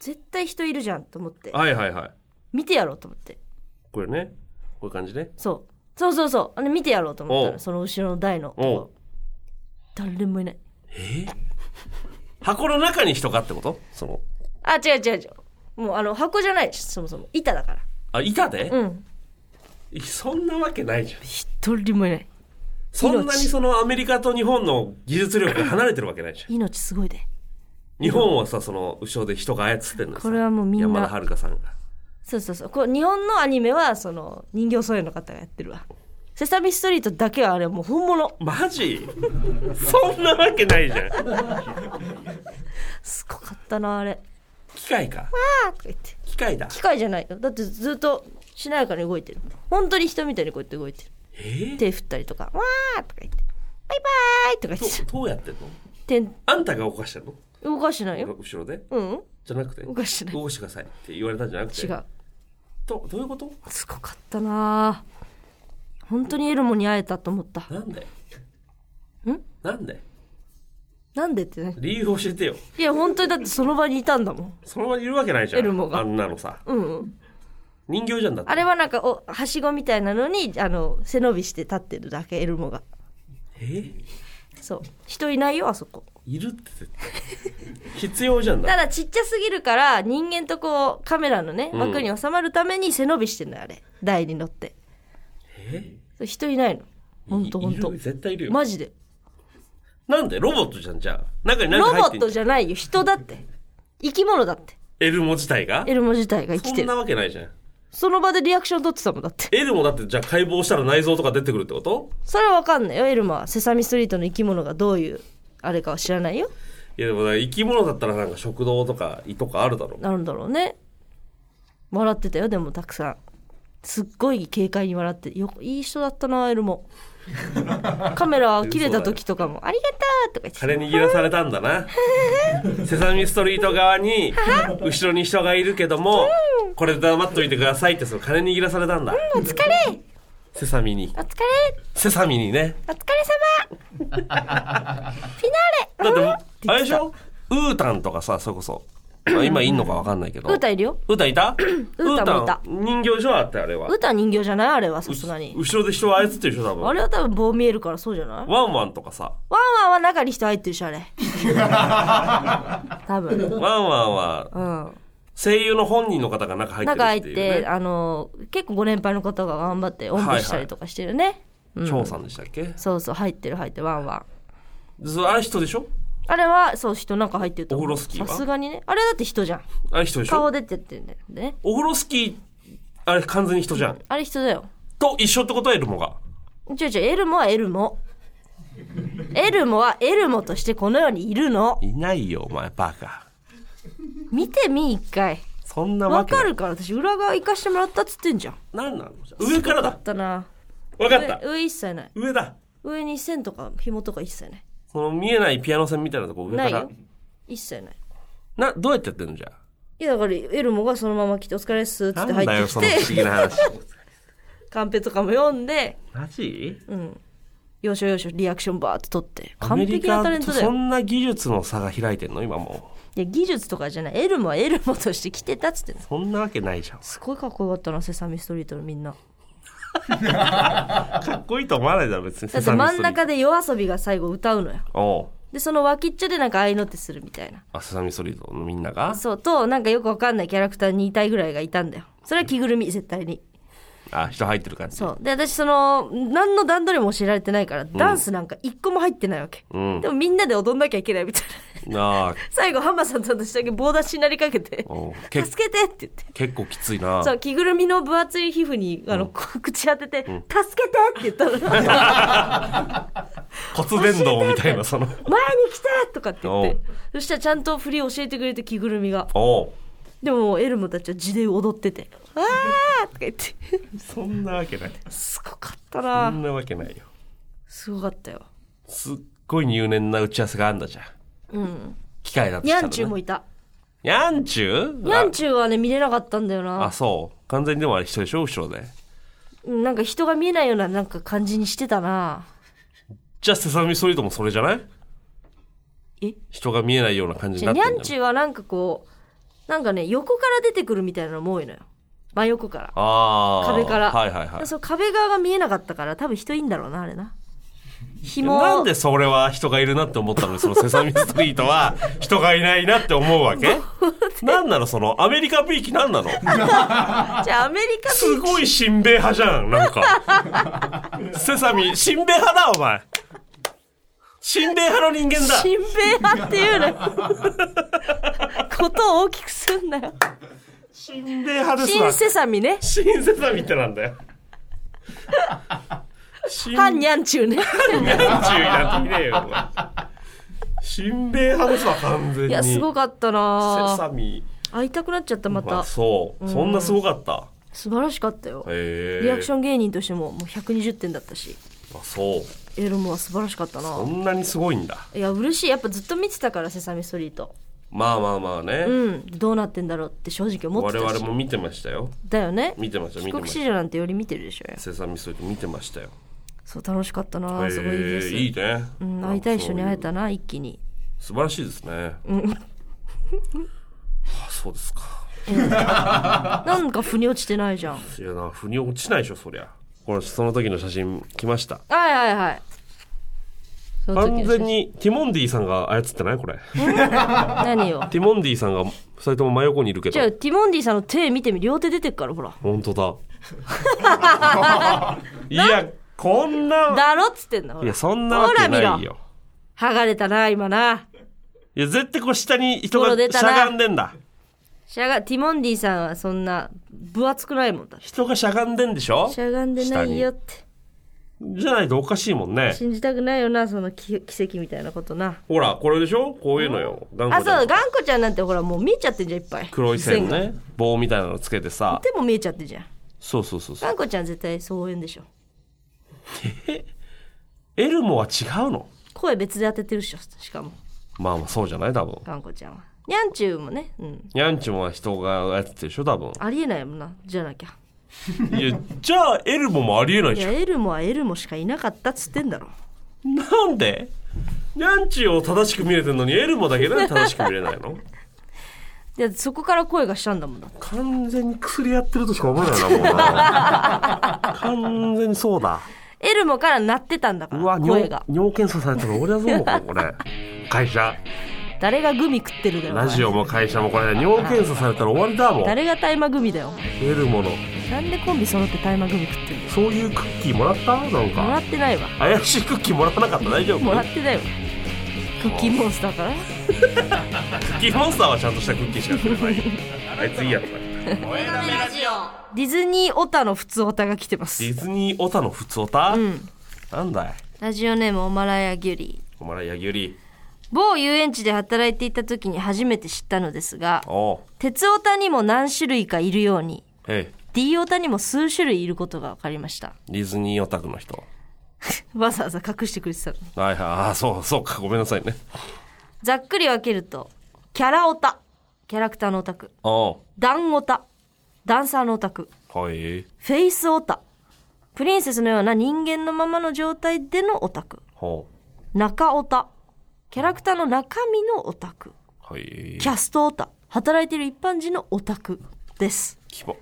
[SPEAKER 2] 絶対人いるじゃんと思って
[SPEAKER 1] はいはいはい
[SPEAKER 2] 見てやろうと思って
[SPEAKER 1] これねこういう感じね
[SPEAKER 2] そうそうそうそうあの見てやろうと思った
[SPEAKER 1] おう
[SPEAKER 2] のその後ろの台のと
[SPEAKER 1] おう
[SPEAKER 2] こ誰もいない
[SPEAKER 1] えー箱の中に人がってことその
[SPEAKER 2] あ違う違う違うもうあの箱じゃないしそもそも板だから
[SPEAKER 1] あ板で、
[SPEAKER 2] うん
[SPEAKER 1] いそんなわけないじゃん
[SPEAKER 2] 一人もいない
[SPEAKER 1] そんなにそのアメリカと日本の技術力が離れてるわけないじゃん
[SPEAKER 2] 命すごいで
[SPEAKER 1] 日本はさその後ろで人が操ってるのさ
[SPEAKER 2] これはもうみんな
[SPEAKER 1] 山田遥さんが
[SPEAKER 2] そうそうそうこう日本のアニメはその人形添えの方がやってるわセサミストリートだけはあれもう本物
[SPEAKER 1] マジそんなわけないじゃん
[SPEAKER 2] すごかったなあれ
[SPEAKER 1] 機械か
[SPEAKER 2] あーとか言って
[SPEAKER 1] 機械だ
[SPEAKER 2] 機械じゃないよだってずっとしなやかに動いてる本当に人みたいにこうやって動いてる
[SPEAKER 1] えー、
[SPEAKER 2] 手振ったりとか「わー」とか言って「バイバーイ」とか言って
[SPEAKER 1] どどうやってんの
[SPEAKER 2] 手ん
[SPEAKER 1] あんたが動かしてんの
[SPEAKER 2] 動かしてないよ
[SPEAKER 1] 後ろで
[SPEAKER 2] うん
[SPEAKER 1] じゃなくて
[SPEAKER 2] 動かしてない
[SPEAKER 1] 動かしてくださいって言われたんじゃなくて
[SPEAKER 2] 違う
[SPEAKER 1] どどういうこと
[SPEAKER 2] すごかったなぁ本当にエルモに会えたと思った
[SPEAKER 1] なんで
[SPEAKER 2] ん
[SPEAKER 1] なんで
[SPEAKER 2] なんでってね
[SPEAKER 1] 理由教えてよ
[SPEAKER 2] いや本当にだってその場にいたんだもん
[SPEAKER 1] その場にいるわけないじゃん
[SPEAKER 2] エルモが
[SPEAKER 1] あんなのさ
[SPEAKER 2] うんうん
[SPEAKER 1] 人形じゃんだって
[SPEAKER 2] あれはなんかおはしごみたいなのにあの背伸びして立ってるだけエルモが
[SPEAKER 1] えー
[SPEAKER 2] そう人いないよあそこ
[SPEAKER 1] いるって絶対必要じゃん
[SPEAKER 2] た
[SPEAKER 1] だ
[SPEAKER 2] だちっちゃすぎるから人間とこうカメラのね
[SPEAKER 1] うん
[SPEAKER 2] 枠に収まるために背伸びしてんのよあれ台に乗って
[SPEAKER 1] え
[SPEAKER 2] そう人いないのほんとほん
[SPEAKER 1] いる
[SPEAKER 2] と
[SPEAKER 1] 絶対いるよ、
[SPEAKER 2] マジで
[SPEAKER 1] なんでロボットじゃんじゃあ中に何
[SPEAKER 2] ロ
[SPEAKER 1] か
[SPEAKER 2] ボ
[SPEAKER 1] 入って
[SPEAKER 2] ッ
[SPEAKER 1] んじゃ
[SPEAKER 2] ト
[SPEAKER 1] ん
[SPEAKER 2] じゃないよ人だって生き物だって
[SPEAKER 1] エルモ自体が
[SPEAKER 2] エルモ自体が生き
[SPEAKER 1] そ
[SPEAKER 2] て
[SPEAKER 1] ん
[SPEAKER 2] る
[SPEAKER 1] なわけないじゃん
[SPEAKER 2] その場でリアクション取ってたもんだって
[SPEAKER 1] エルモだってじゃあ解剖したら内臓とか出てくるってこと
[SPEAKER 2] それはわかんないよエルモはセサミストリートの生き物がどういうあれかは知らないよ
[SPEAKER 1] いやでもな生き物だったらなんか食堂とか胃とかあるだろう
[SPEAKER 2] なんだろうね笑ってたよでもたくさんすっごい軽快に笑ってよいい人だったなエ ルモカメラ切れた時とかも「ありがとう!」とか言って
[SPEAKER 1] 金握らされたんだ なセサミストリート側に後ろに人がいるけどもこれ黙っといてくださいってその金握らされたんだ
[SPEAKER 2] お疲れ
[SPEAKER 1] セサミに
[SPEAKER 2] お疲れ
[SPEAKER 1] セサミにね
[SPEAKER 2] お疲れ 様フィナ
[SPEAKER 1] だ
[SPEAKER 2] ー
[SPEAKER 1] っ
[SPEAKER 2] レ
[SPEAKER 1] て
[SPEAKER 2] うん
[SPEAKER 1] もうあれでしょウータンとかさそれこそ、まあ、今いんのかわかんないけど
[SPEAKER 2] ウータンいるよ
[SPEAKER 1] ウータンい た
[SPEAKER 2] ウータンもいた
[SPEAKER 1] ウータン人形じゃあってあれは
[SPEAKER 2] ウータン人形じゃないあれはさすがに
[SPEAKER 1] 後ろで人を操ってるでしょ多分
[SPEAKER 2] あれは多分棒見えるからそうじゃないワン
[SPEAKER 1] ワンワンとかさ
[SPEAKER 2] ワンは中に人入ってるしあ れ多分
[SPEAKER 1] ワンワンは
[SPEAKER 2] うん
[SPEAKER 1] 声優の本人の方が中入って
[SPEAKER 2] 中入
[SPEAKER 1] る
[SPEAKER 2] っ
[SPEAKER 1] って
[SPEAKER 2] て
[SPEAKER 1] いう、ね、
[SPEAKER 2] あの結構ご年配の方が頑張っておんぶしたりとかしてるね、
[SPEAKER 1] 張さんでしたっけ、
[SPEAKER 2] そうそう入ってる入ってるワンワン
[SPEAKER 1] そうあれ人でしょ
[SPEAKER 2] あれはそう人なんか入ってると思
[SPEAKER 1] オフロ
[SPEAKER 2] う
[SPEAKER 1] スキーは
[SPEAKER 2] さすがにねあれだって人じゃん
[SPEAKER 1] あれ人でし
[SPEAKER 2] 顔
[SPEAKER 1] ょ
[SPEAKER 2] 出てってんだよね
[SPEAKER 1] オフロスキーあれ完全に人じゃん
[SPEAKER 2] あれ人だよ
[SPEAKER 1] と一緒ってことはエルモが
[SPEAKER 2] ちょいちょいエルモはエルモエルモはエルモとしてこの世にいるの
[SPEAKER 1] いないよお前バカ
[SPEAKER 2] 見てみ一回
[SPEAKER 1] そんなわ
[SPEAKER 2] わ
[SPEAKER 1] けな
[SPEAKER 2] か
[SPEAKER 1] い
[SPEAKER 2] るから私裏側行かしてもらったっつってんじゃん
[SPEAKER 1] なんなのじゃあ上から
[SPEAKER 2] あ
[SPEAKER 1] だ
[SPEAKER 2] ったな
[SPEAKER 1] わかった
[SPEAKER 2] 上上一切ない
[SPEAKER 1] 上だ
[SPEAKER 2] 上に線とか紐とか一切ない
[SPEAKER 1] その見えないピアノ線みたいなとこ上か
[SPEAKER 2] ない
[SPEAKER 1] ら
[SPEAKER 2] よ一切ない
[SPEAKER 1] などうやってやってんのじゃ
[SPEAKER 2] いやだからエルモがそのまま来て「お疲れっす」っつ
[SPEAKER 1] あ
[SPEAKER 2] って
[SPEAKER 1] な
[SPEAKER 2] 入
[SPEAKER 1] んだ
[SPEAKER 2] っ
[SPEAKER 1] よ
[SPEAKER 2] てき
[SPEAKER 1] その不思議
[SPEAKER 2] て
[SPEAKER 1] な話
[SPEAKER 2] カンペとかも読んで
[SPEAKER 1] マジ
[SPEAKER 2] うん要所要所リアクションバーって取って
[SPEAKER 1] ア
[SPEAKER 2] 完
[SPEAKER 1] メリ
[SPEAKER 2] 璧な
[SPEAKER 1] カ
[SPEAKER 2] タレン
[SPEAKER 1] と
[SPEAKER 2] トだ
[SPEAKER 1] そ
[SPEAKER 2] よ
[SPEAKER 1] んな技術の差が開いてんの今もう
[SPEAKER 2] いや技術とかじゃないエルモはエルモとして来てたっつってんの
[SPEAKER 1] そんなわけないじゃん
[SPEAKER 2] すごいかっこよかったなセサミストリートのみんな
[SPEAKER 1] かっこいいと思わないだろ別に
[SPEAKER 2] だって真ん中で夜遊びが最後歌うのよ
[SPEAKER 1] おう
[SPEAKER 2] でその脇っちょでなんか合いの手するみたいな
[SPEAKER 1] あセサミストリートのみんなが
[SPEAKER 2] そうとなんかよくわかんないキャラクター2体ぐらいがいたんだよそれは着ぐるみ絶対に
[SPEAKER 1] あ人入ってる感じ
[SPEAKER 2] そうで私その何の段取りも知られてないからダンスなんか一個も入ってないわけ、
[SPEAKER 1] うん
[SPEAKER 2] でもみんなで踊んなきゃいけないみたいな
[SPEAKER 1] ああ
[SPEAKER 2] 最後ハンマさんと私だけ棒出しになりかけて
[SPEAKER 1] おう
[SPEAKER 2] 「
[SPEAKER 1] け
[SPEAKER 2] 助けて!」って言って
[SPEAKER 1] 結構きついな
[SPEAKER 2] そう着ぐるみの分厚い皮膚にあの、こう口当てて「助けて!」って言ったの前に
[SPEAKER 1] 骨伝導みたいなその
[SPEAKER 2] 来てとかって言ってそしたらちゃんと振り教えてくれて着ぐるみが
[SPEAKER 1] おう
[SPEAKER 2] でももうエルモたちは地で踊ってて「わー!」とか言って
[SPEAKER 1] そんなわけない
[SPEAKER 2] すごかった
[SPEAKER 1] そ
[SPEAKER 2] なん
[SPEAKER 1] なわけないよ
[SPEAKER 2] すごかったよ
[SPEAKER 1] すっごい入念な打ち合わせがあんだじゃん
[SPEAKER 2] うん
[SPEAKER 1] 機械だと
[SPEAKER 2] ニ
[SPEAKER 1] した
[SPEAKER 2] ャ
[SPEAKER 1] ら
[SPEAKER 2] ンチューも
[SPEAKER 1] ね
[SPEAKER 2] いた
[SPEAKER 1] ニャンチュー
[SPEAKER 2] ニャンチューはね見れなかったんだよ
[SPEAKER 1] ああ
[SPEAKER 2] な
[SPEAKER 1] そう完全にでもあれ人でしょ後ろで
[SPEAKER 2] うんなんか人が見えないようななんか感じにしてたな
[SPEAKER 1] じゃあセサミストリートもそれじゃない
[SPEAKER 2] え
[SPEAKER 1] 人が見えないような感じに
[SPEAKER 2] じ
[SPEAKER 1] な
[SPEAKER 2] ゃ
[SPEAKER 1] っ
[SPEAKER 2] ニ
[SPEAKER 1] てんじ
[SPEAKER 2] ャ
[SPEAKER 1] ゃん
[SPEAKER 2] ンチューはなんかこうなんかね横から出てくるみたいなのも多いのよ真横から
[SPEAKER 1] ああ
[SPEAKER 2] 壁から
[SPEAKER 1] はいはいはい
[SPEAKER 2] そう壁側が見えなかったから多分人いいんだろうなあれな紐
[SPEAKER 1] なんでそれは人がいるなって思ったのに、そのセサミストリート は人がいないなって思うわけなんなのそのアメリカピーキなんなの
[SPEAKER 2] じゃあアメリカの
[SPEAKER 1] すごいしんべ派じゃん、なんか。セサミ、しんべ派だ、お前。しんべ派の人間だ。
[SPEAKER 2] 新兵派っていうのよことを大きくすんなよ
[SPEAKER 1] しんべ派です
[SPEAKER 2] 新
[SPEAKER 1] わ。
[SPEAKER 2] セサミね
[SPEAKER 1] シンセサミってなんだよ。しん
[SPEAKER 2] 反ニャンチューね
[SPEAKER 1] にゃんちゅうなんていねえよ、お前。しんべ派ですわ、完全に。
[SPEAKER 2] いやすごかった
[SPEAKER 1] セ
[SPEAKER 2] な
[SPEAKER 1] サミ。
[SPEAKER 2] 会いたくなっちゃったま
[SPEAKER 1] まあ、
[SPEAKER 2] た
[SPEAKER 1] そう。そんなすごかった。
[SPEAKER 2] 素晴らしかったよ
[SPEAKER 1] へえ
[SPEAKER 2] リアクション芸人としてももう120点だったし
[SPEAKER 1] あそう
[SPEAKER 2] エロモは素晴らしかった
[SPEAKER 1] そ
[SPEAKER 2] なん
[SPEAKER 1] なにすごいんだ
[SPEAKER 2] いや嬉しいやっぱずっと見てたから「セサミストリート
[SPEAKER 1] まあまあまあね、」
[SPEAKER 2] うんどうなってんだろうって正直思って
[SPEAKER 1] 我
[SPEAKER 2] たし
[SPEAKER 1] 々も見てましたよ
[SPEAKER 2] だよね
[SPEAKER 1] 見てました見
[SPEAKER 2] 帰
[SPEAKER 1] て
[SPEAKER 2] 国
[SPEAKER 1] ま
[SPEAKER 2] 子
[SPEAKER 1] し
[SPEAKER 2] 女なんてより見てるでしょうよ
[SPEAKER 1] たセサミストリート見てましたよ
[SPEAKER 2] そう楽しかった
[SPEAKER 1] へ
[SPEAKER 2] なすごいいいです、
[SPEAKER 1] いいね、
[SPEAKER 2] うん、会いたい人に会え
[SPEAKER 1] なんか
[SPEAKER 2] たな一気に
[SPEAKER 1] そういう素晴らしいですね、 あそうですか
[SPEAKER 2] なんか腑に落ちてないじゃん
[SPEAKER 1] いやな腑に落ちないでしょそりゃこれその時の写真来ました
[SPEAKER 2] はいはいはいその時
[SPEAKER 1] 完
[SPEAKER 2] の写真
[SPEAKER 1] 全にティモンディさんが操ってないこ れ
[SPEAKER 2] 何 よ
[SPEAKER 1] ティモンディさんが2人とも真横にいるけ
[SPEAKER 2] じゃあ
[SPEAKER 1] ど
[SPEAKER 2] ティモンディさんの手見てみ両手出てっからほら
[SPEAKER 1] 本 当だいやこんな
[SPEAKER 2] だろっつってんだほ
[SPEAKER 1] い
[SPEAKER 2] ら
[SPEAKER 1] やそんなわけな
[SPEAKER 2] ほ
[SPEAKER 1] い
[SPEAKER 2] ら見ろ
[SPEAKER 1] よ
[SPEAKER 2] 剥がれたな今ない
[SPEAKER 1] や、絶対こう下に人
[SPEAKER 2] ボ
[SPEAKER 1] が
[SPEAKER 2] ロ出
[SPEAKER 1] した
[SPEAKER 2] な
[SPEAKER 1] ゃがんでんだ。
[SPEAKER 2] しゃがティモンディさんはそんな分厚くないもんだって
[SPEAKER 1] 人がしゃがんでんでしょ
[SPEAKER 2] しゃがんでないよって
[SPEAKER 1] じゃないとおかしいもんね。
[SPEAKER 2] 信じたくないよなそのき奇跡みたいなことな
[SPEAKER 1] ほら、これでしょこういうのよ。頑
[SPEAKER 2] あ
[SPEAKER 1] 固
[SPEAKER 2] そう
[SPEAKER 1] で。
[SPEAKER 2] 頑固ちゃんなんてほらもう見えちゃってんじゃんいっぱい
[SPEAKER 1] 黒い線
[SPEAKER 2] が
[SPEAKER 1] ね。棒みたいなのつけてさ。
[SPEAKER 2] 手も見えちゃってんじゃん
[SPEAKER 1] そうそうそうそう。
[SPEAKER 2] 頑固ちゃん絶対そう言うんでしょ
[SPEAKER 1] エルモは違うの
[SPEAKER 2] 声別で当ててるっしょしかも
[SPEAKER 1] まあまあそうじゃない多分。
[SPEAKER 2] 頑固ちゃんはにゃんちゅうもねうん
[SPEAKER 1] ニャンチもは人がやってるでしょ多 分。
[SPEAKER 2] ありえないもんなじゃなきゃ
[SPEAKER 1] いや、じゃあエルモもありえない
[SPEAKER 2] い
[SPEAKER 1] じゃ
[SPEAKER 2] やエルモはエルモしかいなかったっつってんだろ
[SPEAKER 1] ん。なんでニャンチを正しく見れてんのにエルモだけなんで正しく見れないの
[SPEAKER 2] でそこから声がしたんだもんだって
[SPEAKER 1] 完全に薬やってるとしか思えないな、もうな。完全にそうだ。
[SPEAKER 2] エルモから鳴ってたんだか
[SPEAKER 1] うわ
[SPEAKER 2] ら声
[SPEAKER 1] 尿
[SPEAKER 2] が
[SPEAKER 1] 尿検査されたの俺はどう思うかこれ会社
[SPEAKER 2] 誰がグミ食ってるだよ
[SPEAKER 1] ラジ
[SPEAKER 2] オ
[SPEAKER 1] オも会社もこれ尿検査されたら終わりだもん
[SPEAKER 2] 誰が大麻グミだよ
[SPEAKER 1] 得るもの
[SPEAKER 2] なんでコンビ揃って大麻グミ食ってんだよ
[SPEAKER 1] そういうクッキーもらったなん
[SPEAKER 2] もら
[SPEAKER 1] か
[SPEAKER 2] ってないわ
[SPEAKER 1] 怪しいクッキーもらわなかった大丈夫
[SPEAKER 2] もらっ
[SPEAKER 1] ク
[SPEAKER 2] てないわクッキーモンスターから
[SPEAKER 1] ッキーモンスターはちゃんとしたクッキーしかくれないあいついいやろこれ
[SPEAKER 2] ディズニーオタの普通オタが来てま
[SPEAKER 1] デ
[SPEAKER 2] す
[SPEAKER 1] ィズニーオタの普通オタ、
[SPEAKER 2] うん
[SPEAKER 1] なんだい
[SPEAKER 2] ラジオネームオマラヤギュリー
[SPEAKER 1] お前らヤギより
[SPEAKER 2] 某遊園地で働いていた時に初めて知ったのですが
[SPEAKER 1] おう
[SPEAKER 2] 鉄オタにも何種類かいるように
[SPEAKER 1] え
[SPEAKER 2] D オタにも数種類いることが分かりました
[SPEAKER 1] えディズニーオタクの人
[SPEAKER 2] わざわざ隠してくれてたのに
[SPEAKER 1] はいはいああそうそうかごめんなさいね
[SPEAKER 2] ざっくり分けるとキャラオタキャラクターのオタク
[SPEAKER 1] お
[SPEAKER 2] ダンオタダンサーのオタク
[SPEAKER 1] うはい
[SPEAKER 2] フェイスオタプリンセスのような人間のままの状態でのオタク
[SPEAKER 1] ほ
[SPEAKER 2] 中オタキャラクターの中身のオタク
[SPEAKER 1] うはい
[SPEAKER 2] キャストオタ働いている一般人のオタクです
[SPEAKER 1] キモ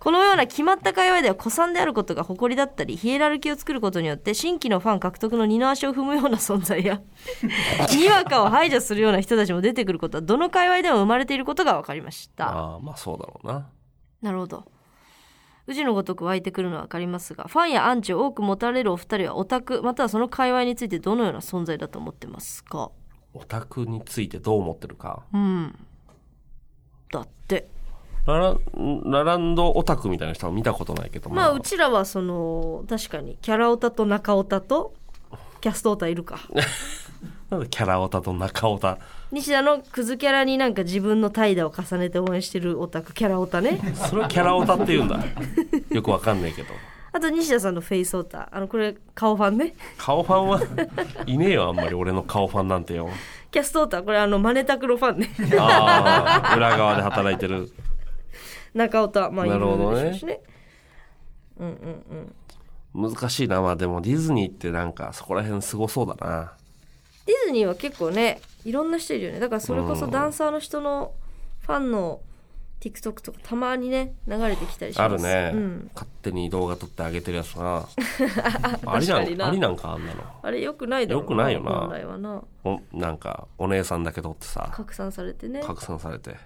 [SPEAKER 2] このような決まった界隈では古参であることが誇りだったりヒエラルキーを作ることによって新規のファン獲得の二の足を踏むような存在やにわかを排除するような人たちも出てくることはどの界隈でも生まれていることが分かりました
[SPEAKER 1] ああまあそうだろうな
[SPEAKER 2] なるほど宇治のごとく湧いてくるのは分かりますがファンやアンチを多く持たれるお二人はオタクまたはその界隈についてどのような存在だと思ってますか
[SPEAKER 1] オタクについてどう思ってるか
[SPEAKER 2] うんだって
[SPEAKER 1] ラランラランドオタクみたいな人は見たことないけど
[SPEAKER 2] まあうちらはその確かにキャラオタと中オタとキャストオタいる か
[SPEAKER 1] なんでキャラオタと中オタ
[SPEAKER 2] 西田のクズキャラになんか自分の怠惰を重ねて応援してるオタクキャラオタね
[SPEAKER 1] それをキャラオタって言うん だよくわかんないけど
[SPEAKER 2] あと西田さんのフェイスオタあのこれ顔ファンね
[SPEAKER 1] 顔ファ ンはいねえよあんまり俺の顔ファンなんてよ
[SPEAKER 2] キャストオタこれあのマネタクロファンね
[SPEAKER 1] ああ裏側で働いてる
[SPEAKER 2] 中オタまあい
[SPEAKER 1] な
[SPEAKER 2] ろい
[SPEAKER 1] るほ
[SPEAKER 2] ろ
[SPEAKER 1] どね
[SPEAKER 2] でしょうしね
[SPEAKER 1] 難しいなまあでもディズニーってなんかそこら辺すごそうだな
[SPEAKER 2] ディズニーは結構ねいろんな人いるよねだからそれこそダンサーの人のファンの TikTok とかたまにね流れてきたりし
[SPEAKER 1] あ
[SPEAKER 2] ます
[SPEAKER 1] るね、
[SPEAKER 2] うん、
[SPEAKER 1] 勝手に動画撮ってあげてるやつ なあり
[SPEAKER 2] 確
[SPEAKER 1] な
[SPEAKER 2] かに
[SPEAKER 1] ん
[SPEAKER 2] な
[SPEAKER 1] ありなんかあんなの
[SPEAKER 2] あれよくないだろう
[SPEAKER 1] 良くないよな
[SPEAKER 2] 本来はな
[SPEAKER 1] おなんかお姉さんだけ撮ってさ
[SPEAKER 2] 拡散されてね
[SPEAKER 1] 拡散されて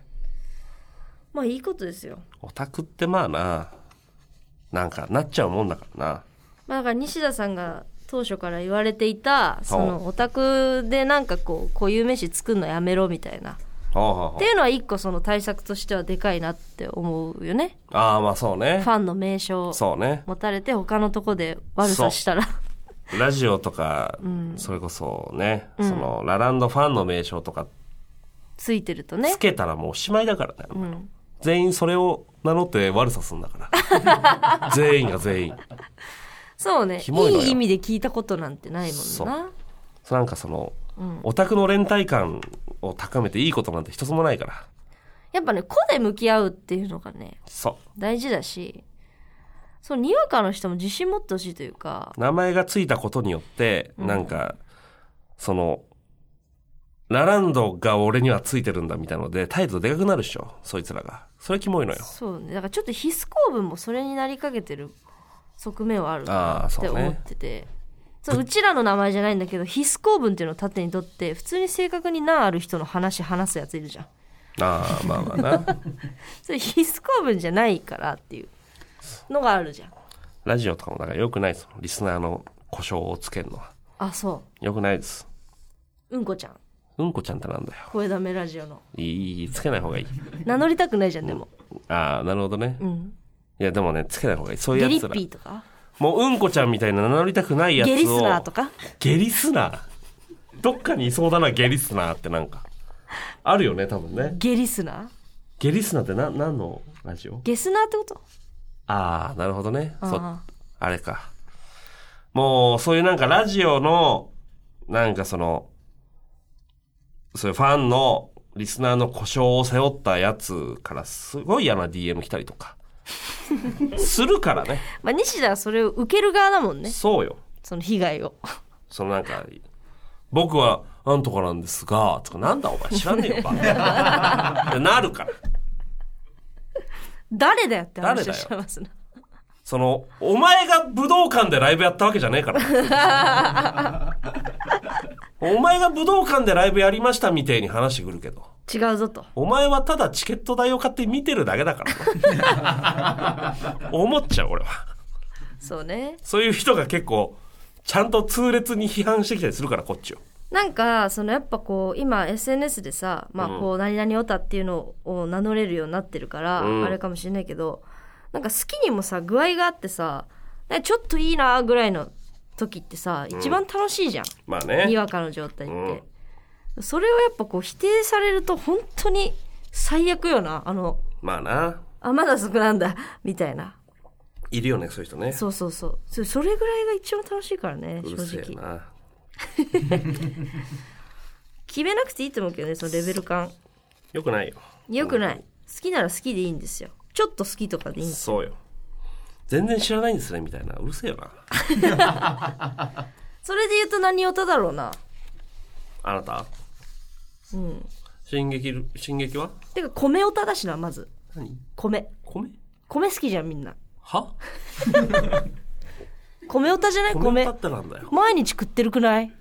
[SPEAKER 2] まあいいことですよ
[SPEAKER 1] オタクってまあななんかなっちゃうもんだからな
[SPEAKER 2] まあ、だから西田さんが当初から言われていたそのオタクでなんかこう固有名詞作るのやめろみたいなっ
[SPEAKER 1] ほうほうほう
[SPEAKER 2] ていうのは一個その対策としてはでかいなって思うよね
[SPEAKER 1] ああまあそうね
[SPEAKER 2] ファンの名称を
[SPEAKER 1] そうね
[SPEAKER 2] 持たれて他のとこで悪さしたら
[SPEAKER 1] ラジオとか、それこそね、そのラランドファンの名称とか
[SPEAKER 2] ついてるとね
[SPEAKER 1] つけたらもうおしまいだからね、
[SPEAKER 2] ん
[SPEAKER 1] 全員それを名乗って悪さすんだから 全員が全員
[SPEAKER 2] そうね
[SPEAKER 1] キモいのよ
[SPEAKER 2] いい意味で聞いたことなんてないも
[SPEAKER 1] そ
[SPEAKER 2] んな
[SPEAKER 1] うなんかその、オタクの連帯感を高めていいことなんて一つもないから
[SPEAKER 2] やっぱね個で向き合うっていうのがね
[SPEAKER 1] そ
[SPEAKER 2] 大事だしそのにわかの人も自信持ってほしいというか
[SPEAKER 1] う名前がついたことによって、なんかそのラランドが俺にはついてるんだみたいので態度でかくなるでしょそいつらがそれキモいのよ
[SPEAKER 2] そうねだからちょっとヒス構文もそれになりかけてる側面はあるな
[SPEAKER 1] あー
[SPEAKER 2] っ
[SPEAKER 1] そう
[SPEAKER 2] て
[SPEAKER 1] ね
[SPEAKER 2] 思っててそう,、うちらの名前じゃないんだけどヒス構文っていうのを縦にとって普通に正確に難ある人の話話すやついるじゃん
[SPEAKER 1] ああまあまあな
[SPEAKER 2] それヒス構文じゃないからっていうのがあるじゃん
[SPEAKER 1] ラジオとかもだから良くないです。リスナーの故障をつけるのは。
[SPEAKER 2] あそ
[SPEAKER 1] 良くないです。
[SPEAKER 2] ううんこちゃん
[SPEAKER 1] うんこちゃんってなんだよ。
[SPEAKER 2] 声だめラジオの
[SPEAKER 1] いいいい、つけない方がいい。
[SPEAKER 2] 名乗りたくないじゃんでも
[SPEAKER 1] ああ、なるほどね。
[SPEAKER 2] うん
[SPEAKER 1] いや、でもね、つけない方がいい。そうい
[SPEAKER 2] ゲ
[SPEAKER 1] う
[SPEAKER 2] リ
[SPEAKER 1] やつ
[SPEAKER 2] ッ
[SPEAKER 1] ら
[SPEAKER 2] ピ。ーとか
[SPEAKER 1] もううんこちゃんみたいな名乗りたくないやつを。
[SPEAKER 2] ゲリスナーとか
[SPEAKER 1] ゲリスナーどっかにいそうだな、ゲリスナーってなんか。あるよね、多分ね。
[SPEAKER 2] ゲリスナー
[SPEAKER 1] ゲリスナーってな、何のラジオ
[SPEAKER 2] ゲスナーってこと
[SPEAKER 1] ああ、なるほどね。そ
[SPEAKER 2] あー
[SPEAKER 1] あれか。もう、そういうなんかラジオの、なんかその、そういうファンの、リスナーの故障を背負ったやつからすごい嫌な DM 来たりとか。するからね。
[SPEAKER 2] まあ西田はそれを受ける側だもんね
[SPEAKER 1] そうよ。
[SPEAKER 2] その被害を
[SPEAKER 1] そのなんか、僕はなんとかなんですが、とか、なんだお前知らねえよ、バカってなるから。
[SPEAKER 2] 誰だよって話
[SPEAKER 1] 誰
[SPEAKER 2] を
[SPEAKER 1] だよ
[SPEAKER 2] しちゃいますな
[SPEAKER 1] その、お前が武道館でライブやったわけじゃねえから。お前が武道館でライブやりましたみてえに話してくるけど。
[SPEAKER 2] 違うぞと
[SPEAKER 1] お前はただチケット代を買って見てるだけだからな。思っちゃう、俺は。
[SPEAKER 2] そうね
[SPEAKER 1] そういう人が結構、ちゃんと痛烈に批判してきたりするから、こっちを。
[SPEAKER 2] なんかそのやっぱこう今 SNS でさまあこう何々オタっていうのを名乗れるようになってるから、
[SPEAKER 1] うん
[SPEAKER 2] あれかもしれないけどなんか好きにもさ具合があってさなんかちょっといいなぐらいの時ってさ一番楽しいじゃん、
[SPEAKER 1] まあね
[SPEAKER 2] に。わかの状態って、それをやっぱこう否定されると本当に最悪よなあの
[SPEAKER 1] まあな。
[SPEAKER 2] あまだ少なんだみたいない
[SPEAKER 1] るよね、そういう人ね。
[SPEAKER 2] そうそうそうそそれぐらいが一番楽しいからね
[SPEAKER 1] う
[SPEAKER 2] 正
[SPEAKER 1] るせえ
[SPEAKER 2] 直
[SPEAKER 1] な。
[SPEAKER 2] 決めなくていいと思うけどねそのレベル感
[SPEAKER 1] よくないよ。
[SPEAKER 2] よくない好きなら好きでいいんですよちょっと好きとかでいいんです
[SPEAKER 1] そうよ。全然知らないんですね、みたいな。うるせえよな。
[SPEAKER 2] それで言うと何オタだろうな
[SPEAKER 1] あなた
[SPEAKER 2] うん
[SPEAKER 1] 進撃る、進撃は
[SPEAKER 2] てか米オタだしなまず
[SPEAKER 1] 何
[SPEAKER 2] 米
[SPEAKER 1] 米
[SPEAKER 2] 米好きじゃんみんな
[SPEAKER 1] は
[SPEAKER 2] 米オタじゃない
[SPEAKER 1] 米
[SPEAKER 2] 米
[SPEAKER 1] だってなんだよ。
[SPEAKER 2] 毎日食ってるくない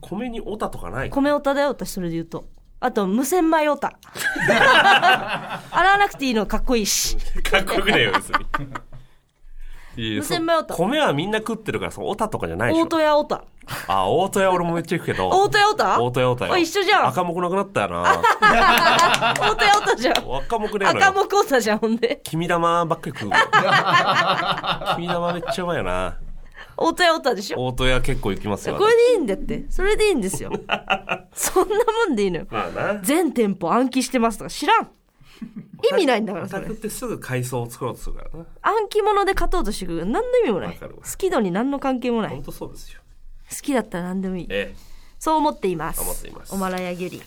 [SPEAKER 1] 米にオタとかない。
[SPEAKER 2] 米オタだよ私それで言うとあと無洗米 オタ洗わなくていいのかっこいいし
[SPEAKER 1] かっこよくねえよ、別に。いや
[SPEAKER 2] 無洗米オタ
[SPEAKER 1] そう米はみんな食ってるから、そうオタとかじゃないでし
[SPEAKER 2] 大
[SPEAKER 1] ょ。
[SPEAKER 2] 戸屋オタ
[SPEAKER 1] あ、大戸屋俺もめっちゃ行くけど。
[SPEAKER 2] 大戸屋オタ
[SPEAKER 1] 大戸屋オタよ
[SPEAKER 2] あ一緒じゃん
[SPEAKER 1] 赤目なくなったよな。
[SPEAKER 2] 大戸屋オタ じゃん
[SPEAKER 1] 赤目ねえの
[SPEAKER 2] 赤
[SPEAKER 1] よ。
[SPEAKER 2] もオタじゃんほんで
[SPEAKER 1] 君玉ばっかり食うわ。君玉めっちゃうまいよな。
[SPEAKER 2] 大戸屋オタでしょ
[SPEAKER 1] 大戸屋結構行きますよ。
[SPEAKER 2] これでいいんだってそれでいいんです よそんなもんでいいのよ
[SPEAKER 1] まあな。
[SPEAKER 2] 全店舗暗記してますとか知らん意味ないんだからそ
[SPEAKER 1] オタ
[SPEAKER 2] れ
[SPEAKER 1] クってすぐ海藻を作ろうとするからな。
[SPEAKER 2] 暗記物で勝とうとしてくる何の意味もな
[SPEAKER 1] わ
[SPEAKER 2] い
[SPEAKER 1] かるわ
[SPEAKER 2] 好き度に何の関係もない
[SPEAKER 1] 本当そうですよ。
[SPEAKER 2] 好きだったら何でもいい
[SPEAKER 1] え
[SPEAKER 2] そう思っています
[SPEAKER 1] 思っています
[SPEAKER 2] おまらやぎり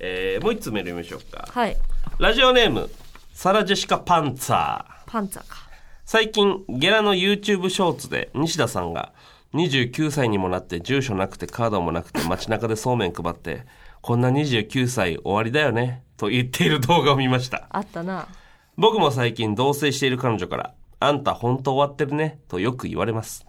[SPEAKER 1] ええーもう一つメール読みましょうか。
[SPEAKER 2] はい
[SPEAKER 1] ラジオネーム、サラ・ジェシカ・パンツァー。
[SPEAKER 2] パンツァーか
[SPEAKER 1] 最近、ゲラの YouTube ショーツで西田さんが29歳にもなって住所なくてカードもなくて街中でそうめん配って、こんな29歳終わりだよね、と言っている動画を見ました。
[SPEAKER 2] あったな
[SPEAKER 1] 僕も最近同棲している彼女から、あんた本当終わってるね、とよく言われます。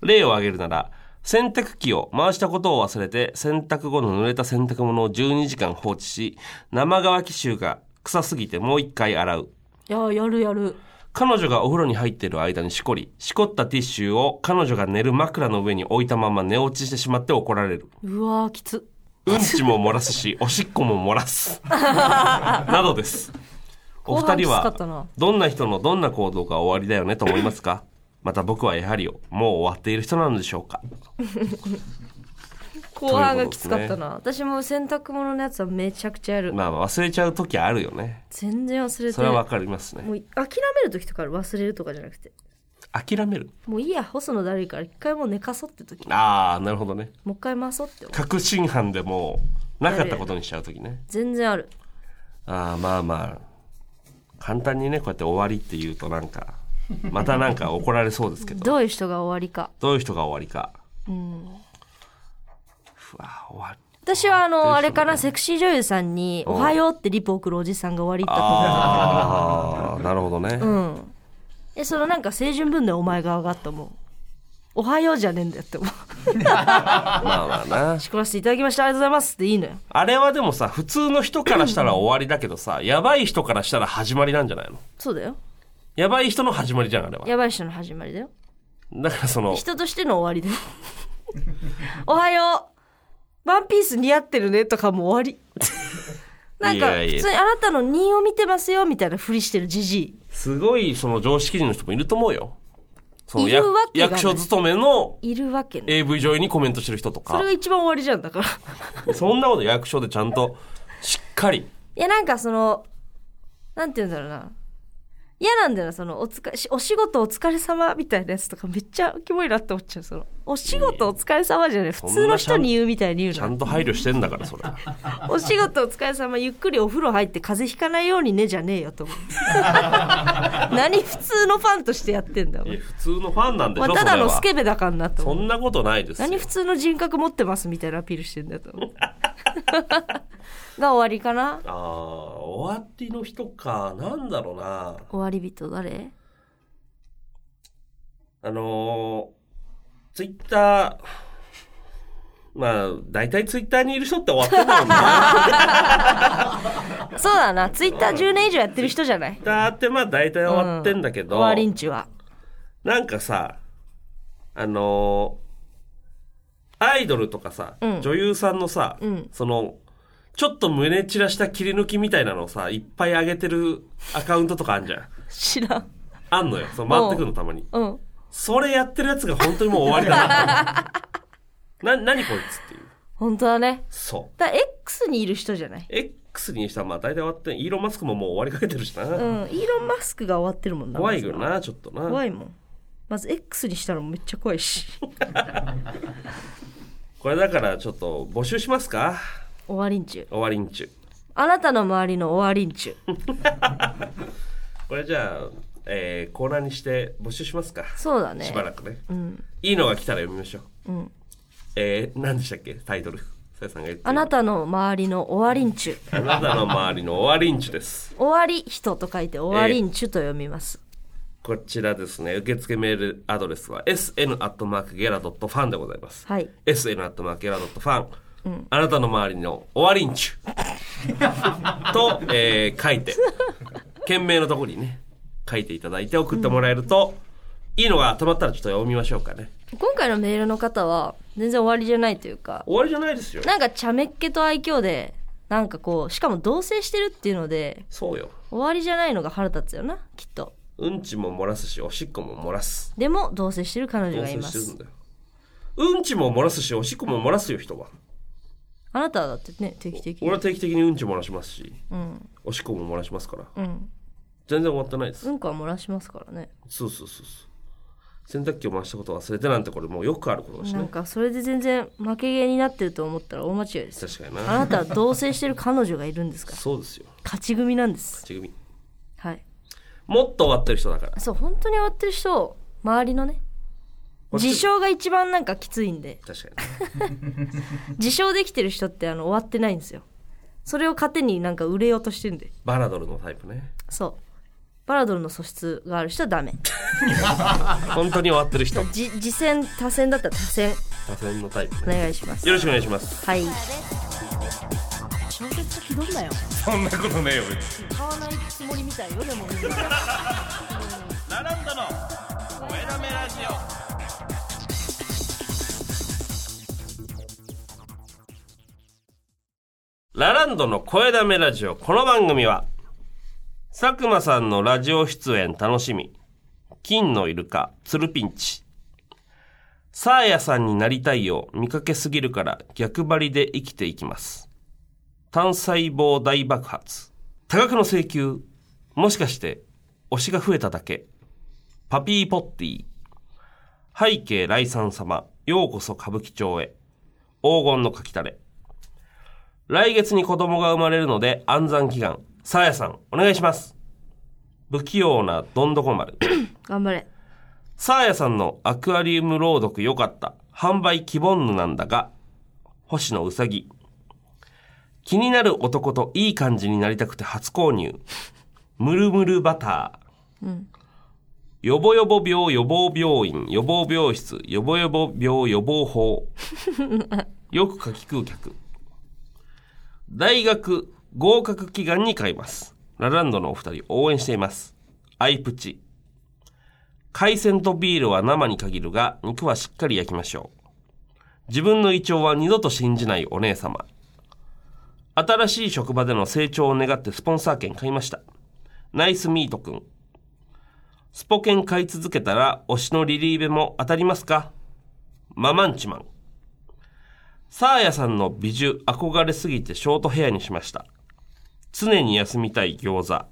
[SPEAKER 1] 例を挙げるなら、洗濯機を回したことを忘れて洗濯後の濡れた洗濯物を12時間放置し、生乾き臭が臭すぎてもう一回洗う。
[SPEAKER 2] いややるやる
[SPEAKER 1] 彼女がお風呂に入っている間にしこり、しこったティッシュを彼女が寝る枕の上に置いたまま寝落ちしてしまって怒られる。
[SPEAKER 2] うわーきつ
[SPEAKER 1] うんちも漏らすし、おしっこも漏ら す。などです。お二人
[SPEAKER 2] 後半きつかった
[SPEAKER 1] は
[SPEAKER 2] な、
[SPEAKER 1] どんな人のどんな行動が終わりだよねと思いますかまた僕はやはり、もう終わっている人なのでしょうか
[SPEAKER 2] 後半
[SPEAKER 1] ということで
[SPEAKER 2] がき
[SPEAKER 1] す
[SPEAKER 2] つ
[SPEAKER 1] ね
[SPEAKER 2] かったな、私も洗濯物のやつはめちゃくちゃやる
[SPEAKER 1] まあまあ忘れちゃう時あるよね。
[SPEAKER 2] 全然忘れて
[SPEAKER 1] それはわかりますね。
[SPEAKER 2] もう諦める時とかある忘れるとかじゃなくて
[SPEAKER 1] 諦める。
[SPEAKER 2] もういいや干すのだるいから一回もう寝かそうって時も
[SPEAKER 1] ああ、なるほどね。
[SPEAKER 2] う一回回そうって思う
[SPEAKER 1] 確信犯でもう、なかったことにしちゃう時ね。
[SPEAKER 2] 全然ある
[SPEAKER 1] ああまあまあ簡単にねこうやって終わりって言うとなんかまたなんか怒られそうですけど
[SPEAKER 2] どういう人が終わりか
[SPEAKER 1] どういう人が終わりかうんふわ終わり
[SPEAKER 2] 私はあ
[SPEAKER 1] どういう人
[SPEAKER 2] の
[SPEAKER 1] が
[SPEAKER 2] あれかなセクシー女優さんに「おはよう」ってリプ送るおじさんが終わりだと
[SPEAKER 1] ああなるほどね、
[SPEAKER 2] 思ううんえそのなんか清純文でお前側がと思うおはようじゃねえんだよって 思う
[SPEAKER 1] まあまあな
[SPEAKER 2] 作らせていただきましたありがとうございますっていいのよ
[SPEAKER 1] あれはでもさ普通の人からしたら終わりだけど さやばい人からしたら始まりなんじゃないの
[SPEAKER 2] そうだよ
[SPEAKER 1] やばい人の始まりじゃんあれは
[SPEAKER 2] やばい人の始まりだよ
[SPEAKER 1] だからその
[SPEAKER 2] 人としての終わりだよ おはようワンピース似合ってるねとかも終 わりなんか
[SPEAKER 1] いやいや
[SPEAKER 2] 普通にあなたの任を見てますよみたいなふりしてるじじい
[SPEAKER 1] すごいその常識人の人もいると思うよその
[SPEAKER 2] いるわけがない
[SPEAKER 1] 役所勤めの
[SPEAKER 2] いるわけね
[SPEAKER 1] AV 上にコメントしてる人とか
[SPEAKER 2] それが一番終わりじゃんだから
[SPEAKER 1] そんなこと役所でちゃんとしっかり。
[SPEAKER 2] いや、なんかその、なんて言うんだろうな。嫌なんだよな、その、おつか、しお仕事お疲れ様みたいなやつとかめっちゃキモいなって思っちゃう、その。お仕事お疲れ様じゃない、普通の人に言うみたいに
[SPEAKER 1] ち
[SPEAKER 2] 言
[SPEAKER 1] ゃ
[SPEAKER 2] うん
[SPEAKER 1] と配慮してんだから、それ。
[SPEAKER 2] な。お仕事お疲れ様、ゆっくりお風呂入って風邪ひかないようにねじゃねえよ と思う。何普通のファンとしてやってんだよ、お前
[SPEAKER 1] 普通のファンなんでし
[SPEAKER 2] まあ、
[SPEAKER 1] ょ、
[SPEAKER 2] ただ
[SPEAKER 1] そ
[SPEAKER 2] のス
[SPEAKER 1] れは
[SPEAKER 2] ケベだからなと
[SPEAKER 1] そ
[SPEAKER 2] 思う。
[SPEAKER 1] んなことないですよ。
[SPEAKER 2] 何普通の人格持ってますみたいなアピールして んだよと思う。が終わりかな
[SPEAKER 1] ああ、終わりの人か。なんだろうな。
[SPEAKER 2] 終わり人誰
[SPEAKER 1] あのー、ツイッター、まあ、大体ツイッターにいる人って終わってんだもん な。
[SPEAKER 2] そうだな、ツイッター10年以上やってる人じゃない
[SPEAKER 1] ツイッターってまあ大体終わってんだけど、
[SPEAKER 2] 終わりんちは。
[SPEAKER 1] なんかさ、あのーアイドルとかさ、
[SPEAKER 2] うん
[SPEAKER 1] 女優さんのさ、
[SPEAKER 2] ん
[SPEAKER 1] その、ちょっと胸散らした切り抜きみたいなのをさ、いっぱい上げてるアカウントとかあんじゃん。
[SPEAKER 2] 知らん。
[SPEAKER 1] あんのよ。そう回ってくるのたまに。
[SPEAKER 2] うん。
[SPEAKER 1] それやってるやつが本当にもう終わりだな。な、何こいつっていう。
[SPEAKER 2] 本当だね
[SPEAKER 1] そ
[SPEAKER 2] だから X にいる人じゃないう
[SPEAKER 1] X にしたらまあ大体終わってイーロン・マスクももう終わりかけてるしな、
[SPEAKER 2] うんイーロン・マスクが終わってるもんな
[SPEAKER 1] 怖いよなちょっとな
[SPEAKER 2] 怖いもんまず X にしたらめっちゃ怖いし
[SPEAKER 1] これだからちょっと募集しますか
[SPEAKER 2] 終わりんちゅう
[SPEAKER 1] 終わりんちゅ
[SPEAKER 2] あなたの周りの終わりんちゅう
[SPEAKER 1] これじゃあ、えーコーナーにして募集しますか
[SPEAKER 2] そうだね
[SPEAKER 1] しばらくね
[SPEAKER 2] うん
[SPEAKER 1] いいのが来たら読みましょう、
[SPEAKER 2] うん
[SPEAKER 1] えー、何でしたっけタイトルさやさんが言ってる
[SPEAKER 2] あなたの周りの終わりんちゅう
[SPEAKER 1] あなたの周りの終わりんちゅです
[SPEAKER 2] 終わり人と書いて終わりんちゅと読みます、
[SPEAKER 1] こちらですね、受付メールアドレスは sn.gera.fan でございます。
[SPEAKER 2] はい
[SPEAKER 1] sn.gera.fan、あなたの周りの終わりんちゅと、えー書いて、件名のところにね、書いていただいて送ってもらえると、いいのが止まったらちょっと読みましょうかね。
[SPEAKER 2] 今回のメールの方は全然終わりじゃないというか
[SPEAKER 1] 終わりじゃないですよ。
[SPEAKER 2] なんか茶目っ気と愛嬌でなんかこうしかも同棲してるっていうので
[SPEAKER 1] そうよ。
[SPEAKER 2] 終わりじゃないのが腹立つよなきっと
[SPEAKER 1] うんちも漏らすし、おしっこも漏らす。
[SPEAKER 2] でも同棲してる彼女
[SPEAKER 1] 同
[SPEAKER 2] がい
[SPEAKER 1] 棲
[SPEAKER 2] ま
[SPEAKER 1] してる
[SPEAKER 2] す
[SPEAKER 1] んだよ。うんちも漏らすし、おしっこも漏らすよ、人は。
[SPEAKER 2] あなたはだってね定期的
[SPEAKER 1] 俺
[SPEAKER 2] に
[SPEAKER 1] は定期的にうんち漏らしますし、
[SPEAKER 2] うん
[SPEAKER 1] おしっこも漏らしますから。
[SPEAKER 2] うん
[SPEAKER 1] 全然終わってないです、
[SPEAKER 2] うんこは漏らしますからね
[SPEAKER 1] そうそうそうそう洗濯機を回したことを忘れてなんてこれもうよくあることだし
[SPEAKER 2] な
[SPEAKER 1] ね
[SPEAKER 2] んかそれで全然負け芸になってると思ったら大間違い です
[SPEAKER 1] 確かに
[SPEAKER 2] あ
[SPEAKER 1] な
[SPEAKER 2] なたは同棲してる彼女がいるんですから
[SPEAKER 1] そうですよ
[SPEAKER 2] 勝ち組なんです
[SPEAKER 1] ちぐみ
[SPEAKER 2] はい
[SPEAKER 1] もっと終わってる人だから
[SPEAKER 2] そう本当に終わってる人周りのね自称が一番なんかきついんで
[SPEAKER 1] 確かに
[SPEAKER 2] 自称できてる人ってあの終わってないんですよそれを糧になんか売れようとしてるんで
[SPEAKER 1] バラドルのタイプね
[SPEAKER 2] そうバラドルの素質がある人はダ メ
[SPEAKER 1] 本当に終わってる 人
[SPEAKER 2] じ次戦多戦だったら多戦
[SPEAKER 1] 多選のタイプ
[SPEAKER 2] お
[SPEAKER 1] ね
[SPEAKER 2] 願いします
[SPEAKER 1] よろしくお願いします
[SPEAKER 2] はい小説気取んなよ
[SPEAKER 3] そんなことねえよ別に
[SPEAKER 2] 買わないつもりみたいよでも
[SPEAKER 1] ラランドの声ラメラジオラランドの声だめラジオ。この番組は、佐久間さんのラジオ出演楽しみ、金のイルカ、ツルピンチ、サーヤさんになりたいよう見かけすぎるから逆張りで生きていきます。単細胞大爆発、多額の請求、もしかして推しが増えただけ。パピーポッティ。背景来さん様、ようこそ歌舞伎町へ。黄金のかきたれ。来月に子供が生まれるので安産祈願。さあやさん、お願いします。不器用などんどこ丸。
[SPEAKER 2] 頑張れ
[SPEAKER 1] サーヤさんのアクアリウム朗読良かった。販売希望ぬなんだが、星野うさぎ。気になる男といい感じになりたくて初購入。むるむるバター。よぼよぼ病予防病院、予防病室、よぼよぼ病予防法。よく書き空客。大学合格祈願に買います。ラランドのお二人応援しています。アイプチ。海鮮とビールは生に限るが、肉はしっかり焼きましょう。自分の胃腸は二度と信じないお姉様。新しい職場での成長を願ってスポンサー券買いました。ナイスミートくん。スポ券買い続けたら、推しのリリーベも当たりますかママンチマン。サーヤさんの美女憧れすぎてショートヘアにしました。常に休みたい餃子。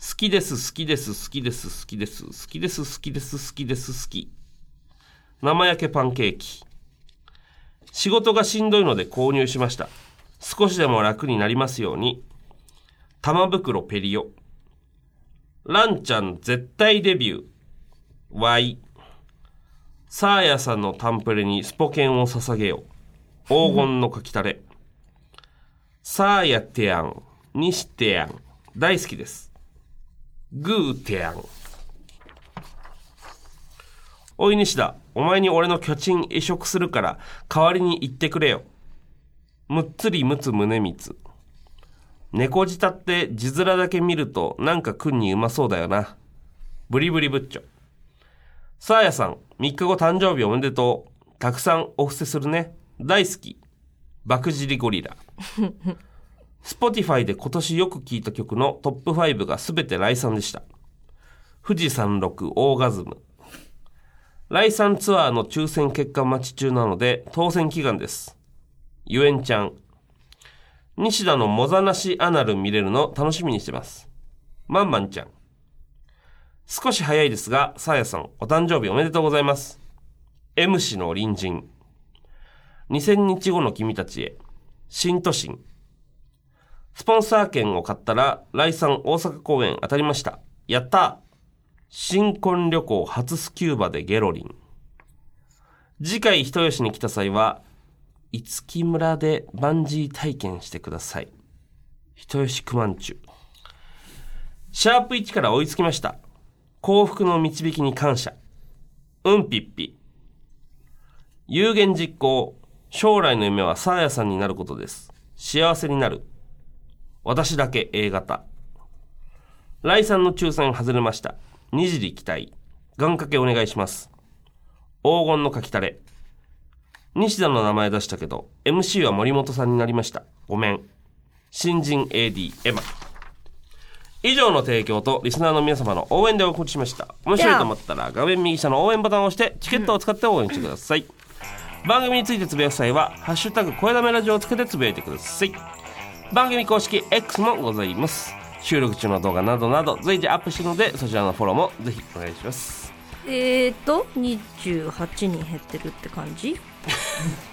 [SPEAKER 1] 好きです、好きです、好きです、好きです、好きです、好きです、好きです、好き。生焼けパンケーキ。仕事がしんどいので購入しました。少しでも楽になりますように。玉袋ペリオ。ランちゃん絶対デビュー。ワイ。サーヤさんのタンプレにスポケンを捧げよう。黄金のかきたれ。サーヤてやん、にしてやん。大好きです。グーテアン。おい西田、お前に俺の巨人移植するから、代わりに言ってくれよ。むっつりむつむねみつ。猫舌って字面だけ見ると、なんか君にうまそうだよな。ブリブリぶっちょ。さあやさん、3日後誕生日おめでとう。たくさんお布施するね。大好き。爆尻ゴリラ。Spotify で今年よく聴いた曲のトップ5が全て来賛でした。富士山麓オーガズム。来山ツアーの抽選結果待ち中なので、当選祈願です。ゆえんちゃん。西田のモザなしアナル見れるの楽しみにしてます。まんまんちゃん。少し早いですが、さあやさん、お誕生日おめでとうございます。M 氏の隣人。2000日後の君たちへ。新都心。スポンサー券を買ったら、来山大阪公演当たりました。やったー新婚旅行初スキューバでゲロリン。次回人吉に来た際は、五木村でバンジー体験してください。人吉九万中。シャープ1から追いつきました。幸福の導きに感謝。うんぴっぴ。有言実行。将来の夢はサーヤさんになることです。幸せになる。私だけ A 型。来さんの抽選外れました。にじり期待。願掛けお願いします。黄金のかきたれ。西田の名前出したけど、MC は森本さんになりました。ごめん。新人 AD エマ。以上の提供とリスナーの皆様の応援でお送りしました。面白いと思ったら画面右下の応援ボタンを押してチケットを使って応援してください。番組についてつぶやく際は、ハッシュタグ声だめラジオをつけてつぶやいてください。番組公式 X もございます収録中の動画などなど随時アップしてるのでそちらのフォローもぜひお願いします
[SPEAKER 2] えーと28人減ってるって感じ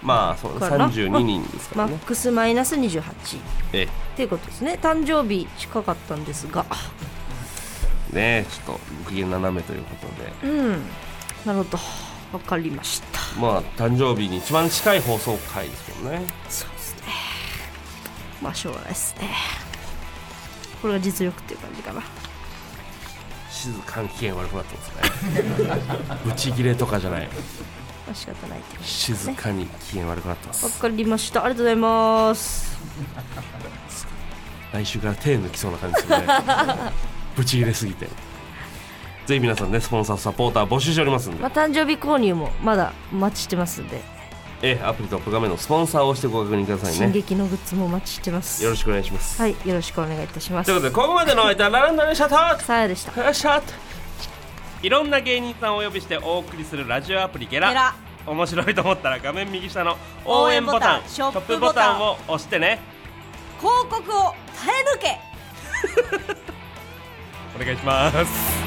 [SPEAKER 1] まあそう
[SPEAKER 2] かな
[SPEAKER 1] 32人ですか
[SPEAKER 2] マ
[SPEAKER 1] ら
[SPEAKER 2] ッ
[SPEAKER 1] ね、
[SPEAKER 2] クスマイナス28っ
[SPEAKER 1] え
[SPEAKER 2] ていうことですね誕生日近かったんですが
[SPEAKER 1] えねえちょっとご機嫌斜めということで
[SPEAKER 2] うんなるほどわかりました
[SPEAKER 1] まあ誕生日に一番近い放送回ですもんね
[SPEAKER 2] そうですねまあ将来ですねこれが実力っていう感じかな
[SPEAKER 1] 静かに機嫌悪くなって ますねブチ切れとかじゃない
[SPEAKER 2] まあ仕方ないっていう
[SPEAKER 1] 静かに機嫌悪くなってま
[SPEAKER 2] わ
[SPEAKER 1] す
[SPEAKER 2] かりましたありがとうございます
[SPEAKER 1] 来週から手抜きそうな感じ ですよねブチ切れすぎてぜひ皆さんねスポンサーサポーター募集しておりますんで
[SPEAKER 2] まあ誕生日購入もまだお待ちしてますんで
[SPEAKER 1] えアプリとプ画面のスポンサーを押してご確認ください
[SPEAKER 2] 進
[SPEAKER 1] ね
[SPEAKER 2] 撃のグッズもお待ちしてます
[SPEAKER 1] よろしくお願いします、
[SPEAKER 2] はいよろしくお願いいたしま
[SPEAKER 1] と
[SPEAKER 2] す
[SPEAKER 1] いうことでここまでのお相手はラランドでしたと
[SPEAKER 2] さあやでした
[SPEAKER 1] よっしゃいろんな芸人さんをお呼びしてお送りするラジオアプリゲラ
[SPEAKER 2] ゲラ
[SPEAKER 1] 面白いと思ったら画面右下の応援ボタン
[SPEAKER 2] 応援ボタン
[SPEAKER 1] シ
[SPEAKER 2] シ
[SPEAKER 1] ョ
[SPEAKER 2] ョ
[SPEAKER 1] ップ
[SPEAKER 2] ップ
[SPEAKER 1] ボ
[SPEAKER 2] ボ
[SPEAKER 1] タ
[SPEAKER 2] タン
[SPEAKER 1] ンを押してね
[SPEAKER 2] 広告を耐え抜け
[SPEAKER 1] お願いします